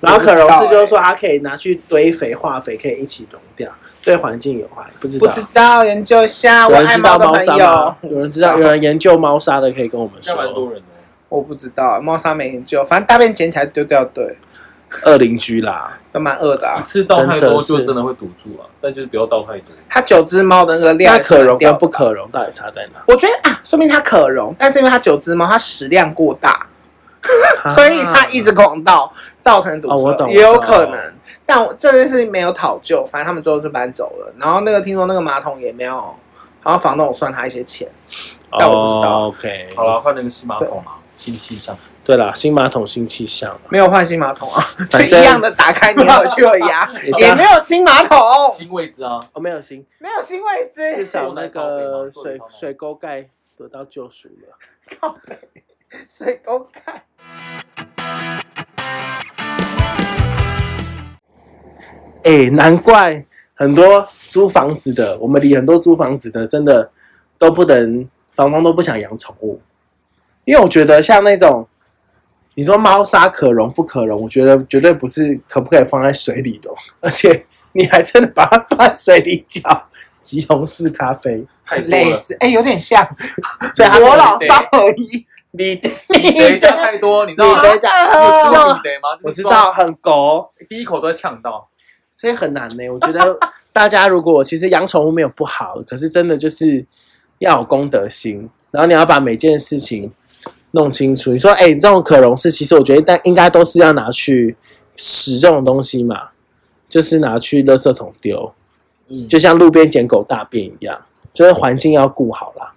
[SPEAKER 1] 然后可溶
[SPEAKER 3] 我不
[SPEAKER 1] 是
[SPEAKER 3] 知道欸
[SPEAKER 1] 就是说它可以拿去堆肥、化肥，可以一起溶掉，对环境有害，不知
[SPEAKER 3] 不
[SPEAKER 1] 道。
[SPEAKER 3] 知道，研究一下。我
[SPEAKER 1] 有人
[SPEAKER 3] 爱
[SPEAKER 1] 知道
[SPEAKER 3] 的
[SPEAKER 1] 猫
[SPEAKER 3] 朋
[SPEAKER 1] 砂
[SPEAKER 3] 友
[SPEAKER 1] 吗，？有人知道，有人研究猫砂的可以跟我们
[SPEAKER 2] 现在蛮
[SPEAKER 1] 说。
[SPEAKER 2] 多人的。
[SPEAKER 3] 我不知道，猫砂没研究，反正大便捡起来丢掉，对，
[SPEAKER 1] 二邻居啦，
[SPEAKER 3] 都蛮饿的、啊。
[SPEAKER 2] 吃倒
[SPEAKER 1] 真
[SPEAKER 2] 太多
[SPEAKER 1] 的
[SPEAKER 2] 就是真的会堵住啊，但就是不要倒太多。
[SPEAKER 3] 它九只猫的那个量
[SPEAKER 1] 那可溶
[SPEAKER 3] 掉
[SPEAKER 1] 跟不可溶到底差在哪？
[SPEAKER 3] 我觉得啊，说明它可溶，但是因为它九只猫，它食量过大， 所以它一直狂倒，造成堵
[SPEAKER 1] 啊哦我
[SPEAKER 3] 车，
[SPEAKER 1] 懂
[SPEAKER 3] 也有
[SPEAKER 1] 我懂
[SPEAKER 3] 可能。但我这件事情没有讨究，反正他们最后就搬走了。然后那个听说那个马桶也没有，好像房东有算他一些钱。但我不知道
[SPEAKER 1] 哦 OK，
[SPEAKER 2] 好了，换那个新马桶啦，新气象。
[SPEAKER 1] 对啦，新马桶新气象，
[SPEAKER 3] 没有换新马桶啊，就
[SPEAKER 1] 反正
[SPEAKER 3] 一样的打开粘回去而已 啊，
[SPEAKER 1] 也是啊
[SPEAKER 3] 也没有新马桶，
[SPEAKER 2] 新位置啊，
[SPEAKER 1] 哦没有新，
[SPEAKER 3] 没有新位
[SPEAKER 1] 至
[SPEAKER 3] 置，
[SPEAKER 1] 少那个水
[SPEAKER 2] 做得到吗
[SPEAKER 1] 水沟盖得到救赎了。
[SPEAKER 3] 靠北水沟盖。
[SPEAKER 1] 哎，难怪很多租房子的，我们离很多租房子的真的都不能，房东都不想养宠物，因为我觉得像那种。你说猫砂可溶不可溶？我觉得绝对不是可不可以放在水里溶， 而且你还真的把它放在水里搅，吉红式咖啡，
[SPEAKER 2] 太多
[SPEAKER 3] 类
[SPEAKER 2] 了，
[SPEAKER 3] 似，哎、有点像
[SPEAKER 1] 所以它
[SPEAKER 3] 我
[SPEAKER 1] 可能
[SPEAKER 3] 老少而已。
[SPEAKER 1] 你
[SPEAKER 2] 你等一下太多，你知道吗？
[SPEAKER 1] 等一
[SPEAKER 3] 哦
[SPEAKER 2] 你知
[SPEAKER 1] 下
[SPEAKER 2] 道
[SPEAKER 1] 我
[SPEAKER 2] 你得吗？
[SPEAKER 1] 我知道，很狗，
[SPEAKER 2] 第一口都在呛到，
[SPEAKER 1] 所以很难呢、我觉得 大家如果其实养宠物没有不好，可是真的就是要有公德心，然后你要把每件事情弄清楚。你说，哎、这种可溶是，其实我觉得但应该都是要拿去使这种东西嘛，就是拿去垃圾桶丢，
[SPEAKER 2] 嗯，
[SPEAKER 1] 就像路边捡狗大便一样，就是环境要顾好啦，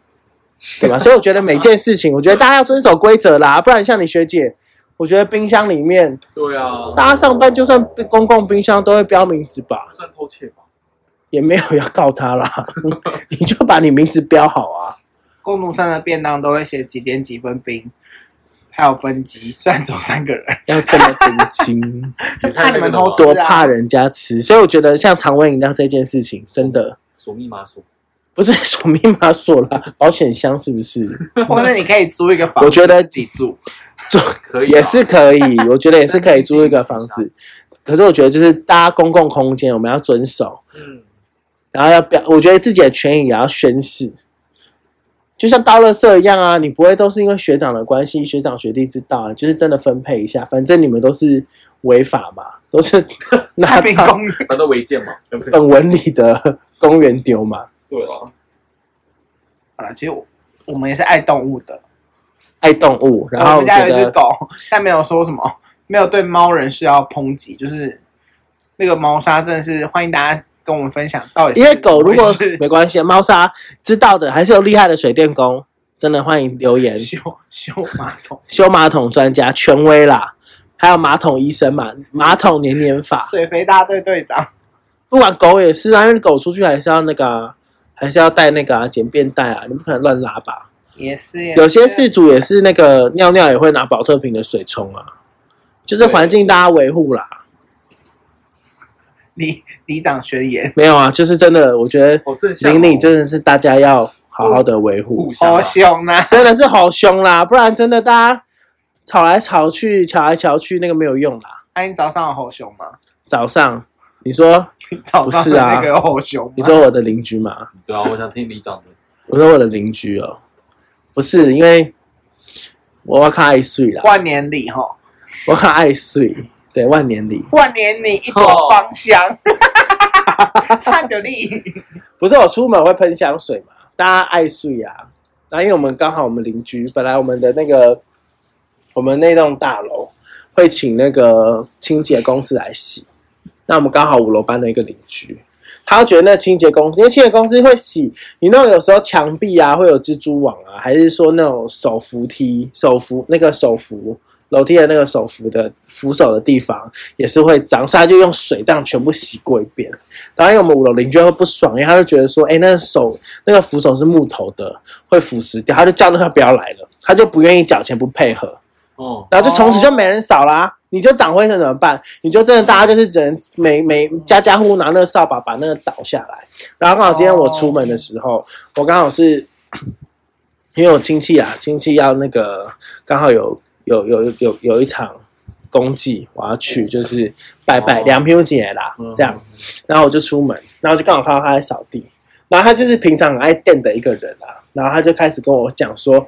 [SPEAKER 1] 对吧？所以我觉得每件事情，我觉得大家要遵守规则啦，不然像你学姐，我觉得冰箱里面。
[SPEAKER 2] 对啊，
[SPEAKER 1] 大家上班就算公共冰箱都会标名字吧，
[SPEAKER 2] 算偷窃吧。
[SPEAKER 1] 也没有要告他啦， 你就把你名字标好啊。
[SPEAKER 3] 公路上的便当都会写几点几分冰，还有分级， 虽然只有三个人，
[SPEAKER 1] 要这么盯紧，
[SPEAKER 2] 也太
[SPEAKER 3] 怕你们
[SPEAKER 2] 那个了
[SPEAKER 3] 偷
[SPEAKER 2] 吧
[SPEAKER 3] 吃
[SPEAKER 1] 多怕人家吃。所以我觉得像常温饮料这件事情，真的
[SPEAKER 2] 锁密码锁，
[SPEAKER 1] 不是锁密码锁啦，保险箱是不是？
[SPEAKER 3] 或者你可以租一个房，
[SPEAKER 1] 我觉得
[SPEAKER 3] 自己住，
[SPEAKER 2] 可以啊
[SPEAKER 1] 也是可以，我觉得也是可以租一个房子。可是我觉得就是大家公共空间我们要遵守，
[SPEAKER 2] 嗯，
[SPEAKER 1] 然后要表，我觉得自己的权益也要宣示。就像倒垃圾一样啊，你不会都是因为学长的关系，学长学弟知道啊，就是真的分配一下，反正你们都是违法嘛，都是拿
[SPEAKER 3] 太变
[SPEAKER 1] 到
[SPEAKER 3] 公了，
[SPEAKER 2] 反正违建嘛，对不对？
[SPEAKER 1] 本文里的公园丢嘛，
[SPEAKER 2] 对啊，
[SPEAKER 3] 好了，其实我我们也是爱动物的，
[SPEAKER 1] 爱动物，然后
[SPEAKER 3] 我们家
[SPEAKER 1] 觉
[SPEAKER 3] 有一只
[SPEAKER 1] 得
[SPEAKER 3] 狗，但没有说什么，没有对猫人士要抨击，就是那个猫砂真的是欢迎大家跟我们分享到底是
[SPEAKER 1] 因为狗如果
[SPEAKER 3] 怎么回事
[SPEAKER 1] 没关系，猫砂知道的还是有厉害的水电工，真的欢迎留 言。
[SPEAKER 3] 修修马桶
[SPEAKER 1] 修马桶专家权威啦，还有马桶医生嘛，马桶年年法，
[SPEAKER 3] 水肥大队队长，
[SPEAKER 1] 不管狗也是啊，因为狗出去还是要那个啊、还是要带那个啊简便袋啊，你不可能乱拉吧？
[SPEAKER 3] 也是
[SPEAKER 1] 有些事主也是那个尿尿也会拿保特瓶的水冲啊，就是环境大家维护啦。
[SPEAKER 3] 里里长学言，
[SPEAKER 1] 没有啊，就是真的，我觉得
[SPEAKER 2] 好正向哦
[SPEAKER 1] 邻里真的是大家要好好的维护
[SPEAKER 2] 互，相啊
[SPEAKER 3] 好凶啊！
[SPEAKER 1] 真的是好凶啦，不然真的大家吵来吵去、吵来吵去，那个没有用啦。
[SPEAKER 3] 哎、你早上有吼熊吗？
[SPEAKER 1] 早上你说
[SPEAKER 3] 你 早上
[SPEAKER 1] 不是
[SPEAKER 3] 的
[SPEAKER 1] 啊
[SPEAKER 3] 那个有吼熊吗？
[SPEAKER 1] 你说我的邻居嘛？
[SPEAKER 2] 对啊，我想听里长的。
[SPEAKER 1] 我说我的邻居哦，不是因为我我较爱睡啦，
[SPEAKER 3] 万年里哈，
[SPEAKER 1] 我较爱睡，对万年里
[SPEAKER 3] 万年里一朵芳香， 看着力，
[SPEAKER 1] 不是我出门会喷香水嘛，大家爱睡啊。那因为我们刚好我们邻居本来我们的那个我们那栋大楼会请那个清洁公司来洗，那我们刚好五楼班的一个邻居。他觉得那清洁公司，因为清洁公司会洗，你那种有时候墙壁啊会有蜘蛛网啊，还是说那种手扶梯、手扶那个手扶楼梯的那个手扶的扶手的地方也是会脏，所以他就用水这样全部洗过一遍。然后因为我们五楼邻居会不爽，因为他就觉得说，哎，那个手那个扶手是木头的，会腐蚀掉，他就叫那个不要来了，他就不愿意缴钱不配合，
[SPEAKER 2] 哦，
[SPEAKER 1] 然后就从此就没人扫啦、你就长灰尘怎么办？你就真的大家就是只能每每家家户户拿那个扫把把那个倒下来。然后刚好今天
[SPEAKER 2] 哦
[SPEAKER 1] 我出门的时候，我刚好是因为我亲戚啊，亲戚要那个刚好有有有有有一场公祭，我要去就是拜拜
[SPEAKER 2] 哦嗯
[SPEAKER 1] 两平姐啦，这样。然后我就出门，然后就刚好看到他在扫地，然后他就是平常很爱电的一个人啊，然后他就开始跟我讲说：“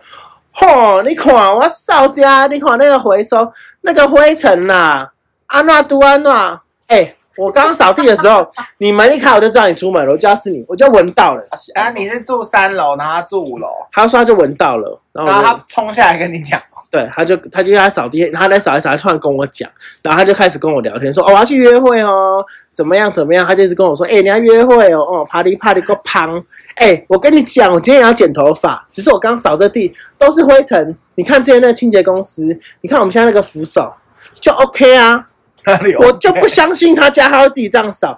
[SPEAKER 1] 吼，你看我扫家，你看那个回收那个灰尘啦、安娜都安娜，哎、我刚扫地的时 候，你门一开我就知道你出门了，我就知道是你，我就闻到了。”
[SPEAKER 3] 然后你啊是住三楼，然后他住五楼，
[SPEAKER 1] 他说他就闻到了，然后
[SPEAKER 3] 然
[SPEAKER 1] 我
[SPEAKER 3] 后
[SPEAKER 1] 就
[SPEAKER 3] 他冲下来跟你讲，
[SPEAKER 1] 对，他就他就在扫地，他在扫一扫，他突然跟我讲，然后他就开始跟我聊天，说哦我要去约会哦，怎么样怎么样，他就一直跟我说，哎、你要约会哦，哦，啪哩啪哩个胖，哎、我跟你讲，我今天也要剪头发，只是我刚扫这地都是灰尘，你看之前那个清洁公司，你看我们现在那个扶手就 OK 啊，
[SPEAKER 3] 哪里有
[SPEAKER 1] 我就不相信他家他会自己这样扫，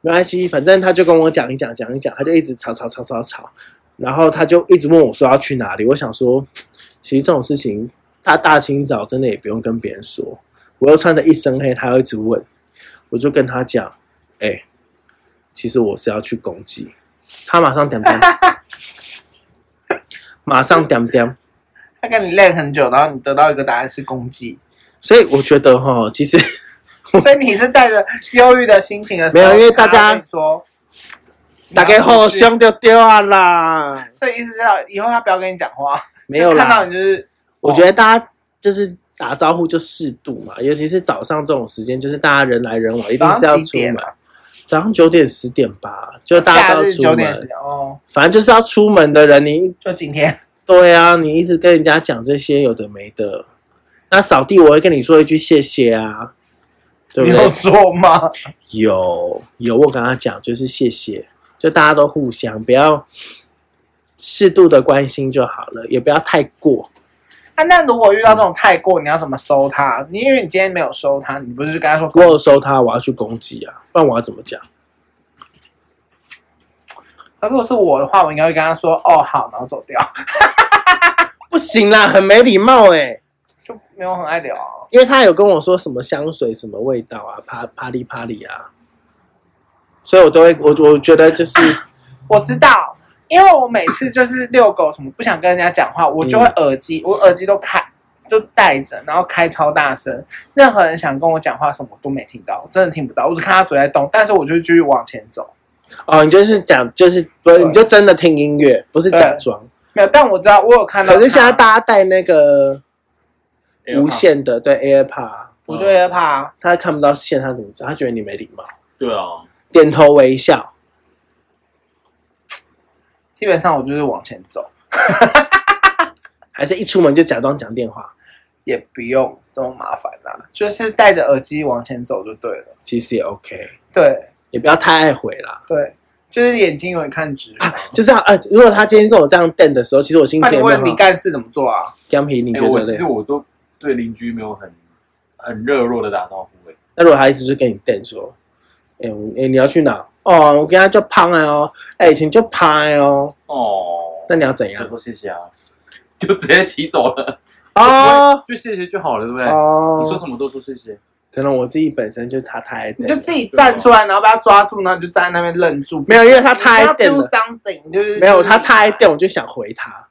[SPEAKER 1] 没关系，反正他就跟我讲一讲讲一讲，他就一直吵吵吵吵吵，然后他就一直问我说要去哪里。我想说，其实这种事情他大清早真的也不用跟别人说，我又穿着一身黑，他又一直问，我就跟他讲，哎、其实我是要去攻击，他马上点点，马上点点。
[SPEAKER 3] 他跟你练很久，然后你得到一个答案是 公鸡，
[SPEAKER 1] 所以我觉得哈，其实
[SPEAKER 3] 所以你是带着忧郁的心情的时候，
[SPEAKER 1] 没有因为大家
[SPEAKER 3] 然后跟你说
[SPEAKER 1] 大概互，相就丢啊啦，
[SPEAKER 3] 所以意思是要以后他不要跟你讲话，
[SPEAKER 1] 没有啦。
[SPEAKER 3] 看到你就是
[SPEAKER 1] 我觉得大家就是打招呼就适度嘛，尤其是早上这种时间，就是大家人来人往，一定是要
[SPEAKER 3] 早上几
[SPEAKER 1] 出
[SPEAKER 3] 点
[SPEAKER 1] 门
[SPEAKER 3] 啊。
[SPEAKER 1] 早上九点十点吧，就大家
[SPEAKER 3] 假
[SPEAKER 1] 都
[SPEAKER 3] 日
[SPEAKER 1] 要出
[SPEAKER 3] 九点十
[SPEAKER 1] 门，
[SPEAKER 3] 点哦，
[SPEAKER 1] 反正就是要出门的人，你
[SPEAKER 3] 就今天
[SPEAKER 1] 对啊，你一直跟人家讲这些有的没的。那扫地我会跟你说一句谢谢啊，对不
[SPEAKER 3] 你有
[SPEAKER 1] 对？
[SPEAKER 3] 说吗？
[SPEAKER 1] 有有，我跟他讲就是谢谢，就大家都互相不要适度的关心就好了，也不要太过。
[SPEAKER 3] 啊，那如果遇到这种太过，你要怎么收他？你因为你今天没有收他，你不是跟他说
[SPEAKER 1] 我有收他，我要去攻击啊，不然我要怎么讲？
[SPEAKER 3] 那如果是我的话，我应该会跟他说：“哦，好，然后走掉，
[SPEAKER 1] 不行啦，很没礼貌哎、
[SPEAKER 3] 就没有很爱聊啊。
[SPEAKER 1] 因为他有跟我说什么香水什么味道啊，啪啪哩啪哩啊，所以我都会我我觉得就是”
[SPEAKER 3] 我知道，因为我每次就是遛狗什么不想跟人家讲话，我就会
[SPEAKER 1] 嗯
[SPEAKER 3] 耳机，我耳机都开都戴着，然后开超大声，任何人想跟我讲话什么我都没听到，我真的听不到，我只看他嘴在动，但是我就继续往前走。
[SPEAKER 1] 哦，你就是讲就是不，
[SPEAKER 3] 对
[SPEAKER 1] 你就真的听音乐，不是假装。
[SPEAKER 3] 没有，但我知道我有看到他。
[SPEAKER 1] 可是现在大家戴那个
[SPEAKER 4] 哎
[SPEAKER 1] 无，线的，对 AirPod，
[SPEAKER 3] 我就会怕，
[SPEAKER 1] 他看不到线，他怎么知道？他觉得你没礼貌，
[SPEAKER 4] 对啊，
[SPEAKER 1] 点头微笑。
[SPEAKER 3] 基本上我就是往前走，
[SPEAKER 1] 还是一出门就假装讲电话，
[SPEAKER 3] 也不用这么麻烦啦、就是戴着耳机往前走就对了。
[SPEAKER 1] 其实也 OK，
[SPEAKER 3] 对
[SPEAKER 1] 也不要太爱回啦。
[SPEAKER 3] 对，就是眼睛有点看直了。
[SPEAKER 1] 就这样，呃，如果他今天跟我这样瞪的时候，其实我心
[SPEAKER 3] 那
[SPEAKER 1] 情
[SPEAKER 3] 你
[SPEAKER 1] 也没有
[SPEAKER 3] 问你
[SPEAKER 1] 好。
[SPEAKER 3] 干事怎么做啊？
[SPEAKER 1] 江皮，你
[SPEAKER 4] 哎
[SPEAKER 1] 觉
[SPEAKER 4] 我
[SPEAKER 1] 得
[SPEAKER 4] 其实
[SPEAKER 1] 嘞？
[SPEAKER 4] 我都对邻居没有很很热络的打招呼哎，
[SPEAKER 1] 那如果他一直就跟你瞪说，哎、我哎、你要去哪？哦，我跟他就胖了哦，哎、以前就拍哦，
[SPEAKER 4] 哦，
[SPEAKER 1] 那你要怎
[SPEAKER 4] 我
[SPEAKER 1] 样？
[SPEAKER 4] 说谢谢啊，就直接骑走了，
[SPEAKER 1] 哦
[SPEAKER 4] 就谢谢就好了，对不对？你说
[SPEAKER 1] 哦，
[SPEAKER 4] 什么都说谢谢，
[SPEAKER 1] 可能我自己本身就他太爱
[SPEAKER 3] 你就
[SPEAKER 1] 瞪，
[SPEAKER 3] 自己站出来，然后把他抓住，然后你就站在那边愣住。
[SPEAKER 1] 没有，因为他太爱
[SPEAKER 3] 他
[SPEAKER 1] 瞪
[SPEAKER 3] do
[SPEAKER 1] 了，
[SPEAKER 3] something 就是
[SPEAKER 1] 没有他太爱瞪，我就想回他，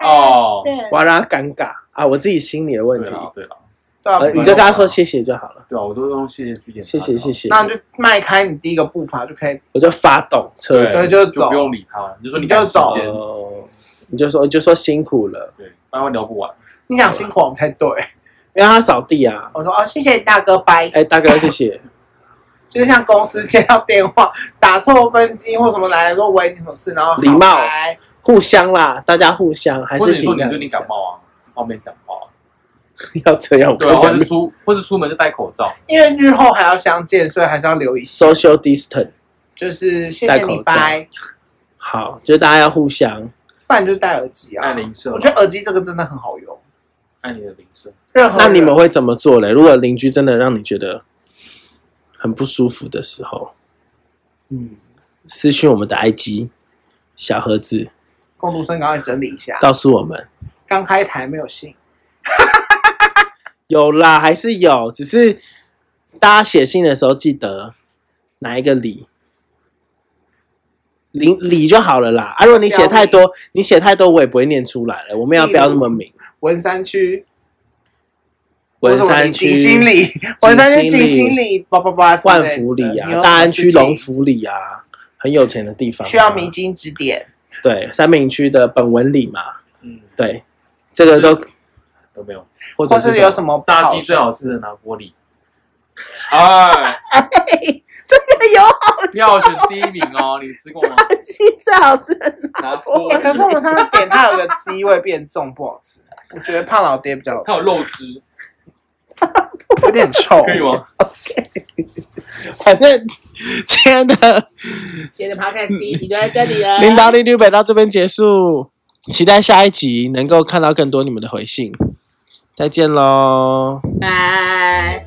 [SPEAKER 4] 哦，
[SPEAKER 5] 对
[SPEAKER 1] 我要让他尴尬啊，我自己心里的问
[SPEAKER 4] 对
[SPEAKER 1] 题。
[SPEAKER 4] 了对了
[SPEAKER 3] 对啊
[SPEAKER 1] 呃，，你就跟他说谢谢就好了，
[SPEAKER 4] 对啊，我都用谢谢句点他，
[SPEAKER 1] 谢谢谢谢，
[SPEAKER 3] 那你就迈开你第一个步伐就可以。
[SPEAKER 1] 我就发动车子
[SPEAKER 3] 对
[SPEAKER 4] 对，
[SPEAKER 3] 就走
[SPEAKER 4] 就不用理他，你就说你
[SPEAKER 3] 你就
[SPEAKER 4] 赶时
[SPEAKER 3] 走
[SPEAKER 4] 间，
[SPEAKER 1] 哦，你就说你就说辛苦了，
[SPEAKER 4] 对，不然会聊不完。
[SPEAKER 3] 你想辛苦我不太对，
[SPEAKER 1] 因为他扫地啊，
[SPEAKER 3] 我说哦，谢谢大哥，拜。
[SPEAKER 1] 哎，大哥谢 谢，
[SPEAKER 3] 就是像公司接到电话打错分机或什么来了，说喂你什么事，然后好
[SPEAKER 1] 礼貌
[SPEAKER 3] 拜
[SPEAKER 1] 互相啦，大家互相还
[SPEAKER 4] 或
[SPEAKER 1] 是
[SPEAKER 4] 者你说
[SPEAKER 1] 挺
[SPEAKER 4] 你最近感冒啊，不方便讲话啊，
[SPEAKER 1] 要这样，我
[SPEAKER 4] 对啊，
[SPEAKER 1] 跟
[SPEAKER 4] 或
[SPEAKER 1] 讲
[SPEAKER 4] 是出或是出门就戴 口罩，
[SPEAKER 3] 因为日后还要相见，所以还是要留一些。
[SPEAKER 1] social distance，
[SPEAKER 3] 就是谢
[SPEAKER 1] 戴
[SPEAKER 3] 谢
[SPEAKER 1] 口
[SPEAKER 3] 你
[SPEAKER 1] 罩
[SPEAKER 3] 拜，
[SPEAKER 1] 好，就是大家要互相，
[SPEAKER 3] 不然就戴耳机
[SPEAKER 4] 按
[SPEAKER 3] 啊。
[SPEAKER 4] 铃声，
[SPEAKER 3] 我觉得耳机这个真的很好用，
[SPEAKER 4] 按你的铃声，
[SPEAKER 3] 任何
[SPEAKER 1] 那你们
[SPEAKER 3] 人
[SPEAKER 1] 会怎么做嘞？如果邻居真的让你觉得很不舒服的时候，
[SPEAKER 3] 嗯，
[SPEAKER 1] 私讯我们的 IG 小盒子，
[SPEAKER 3] 共读生赶快整理一下，
[SPEAKER 1] 告诉我们
[SPEAKER 3] 刚开台没有信，
[SPEAKER 1] 有啦，还是有，只是大家写信的时候记得哪一个礼。理理就好了啦，啊！如果你写太多，你写太多我也不会念出来了。我们要不要那么明？
[SPEAKER 3] 文山区，
[SPEAKER 1] 文
[SPEAKER 3] 或者我
[SPEAKER 1] 山
[SPEAKER 3] 们
[SPEAKER 1] 区、
[SPEAKER 3] 景心里，文山区景
[SPEAKER 1] 心
[SPEAKER 3] 心里，叭叭叭之类
[SPEAKER 1] 万
[SPEAKER 3] 的，
[SPEAKER 1] 福里
[SPEAKER 3] 你有什
[SPEAKER 1] 啊，
[SPEAKER 3] 么
[SPEAKER 1] 大安区
[SPEAKER 3] 事情
[SPEAKER 1] 龙福啊里啊，很有钱的地方、
[SPEAKER 3] 需要明。经指点，
[SPEAKER 1] 对，三明区的本文里嘛，
[SPEAKER 4] 嗯，
[SPEAKER 1] 对，这个都
[SPEAKER 4] 有没有？
[SPEAKER 1] 或
[SPEAKER 3] 或
[SPEAKER 1] 者
[SPEAKER 3] 是
[SPEAKER 1] 是
[SPEAKER 3] 有
[SPEAKER 1] 什
[SPEAKER 3] 什
[SPEAKER 1] 么
[SPEAKER 3] 么
[SPEAKER 4] 炸鸡最好吃的拿玻璃， 哎，
[SPEAKER 5] 这个有好
[SPEAKER 4] 要选第一名哦，你吃过吗？
[SPEAKER 5] 气，最好吃的
[SPEAKER 4] 拿玻
[SPEAKER 3] 欸可是
[SPEAKER 4] 璃，
[SPEAKER 3] 我们上次点它有个鸡味变重，不好吃。我觉得胖老爹比较好吃
[SPEAKER 4] 它有肉汁，
[SPEAKER 3] 有点 臭
[SPEAKER 4] 可以吗？
[SPEAKER 1] 反正今天的
[SPEAKER 5] 今天的 podcast 第一集就在这里了，
[SPEAKER 1] 领导力六北到这边结束，期待下一集能够看到更多你们的回信，再见喽。
[SPEAKER 5] 拜。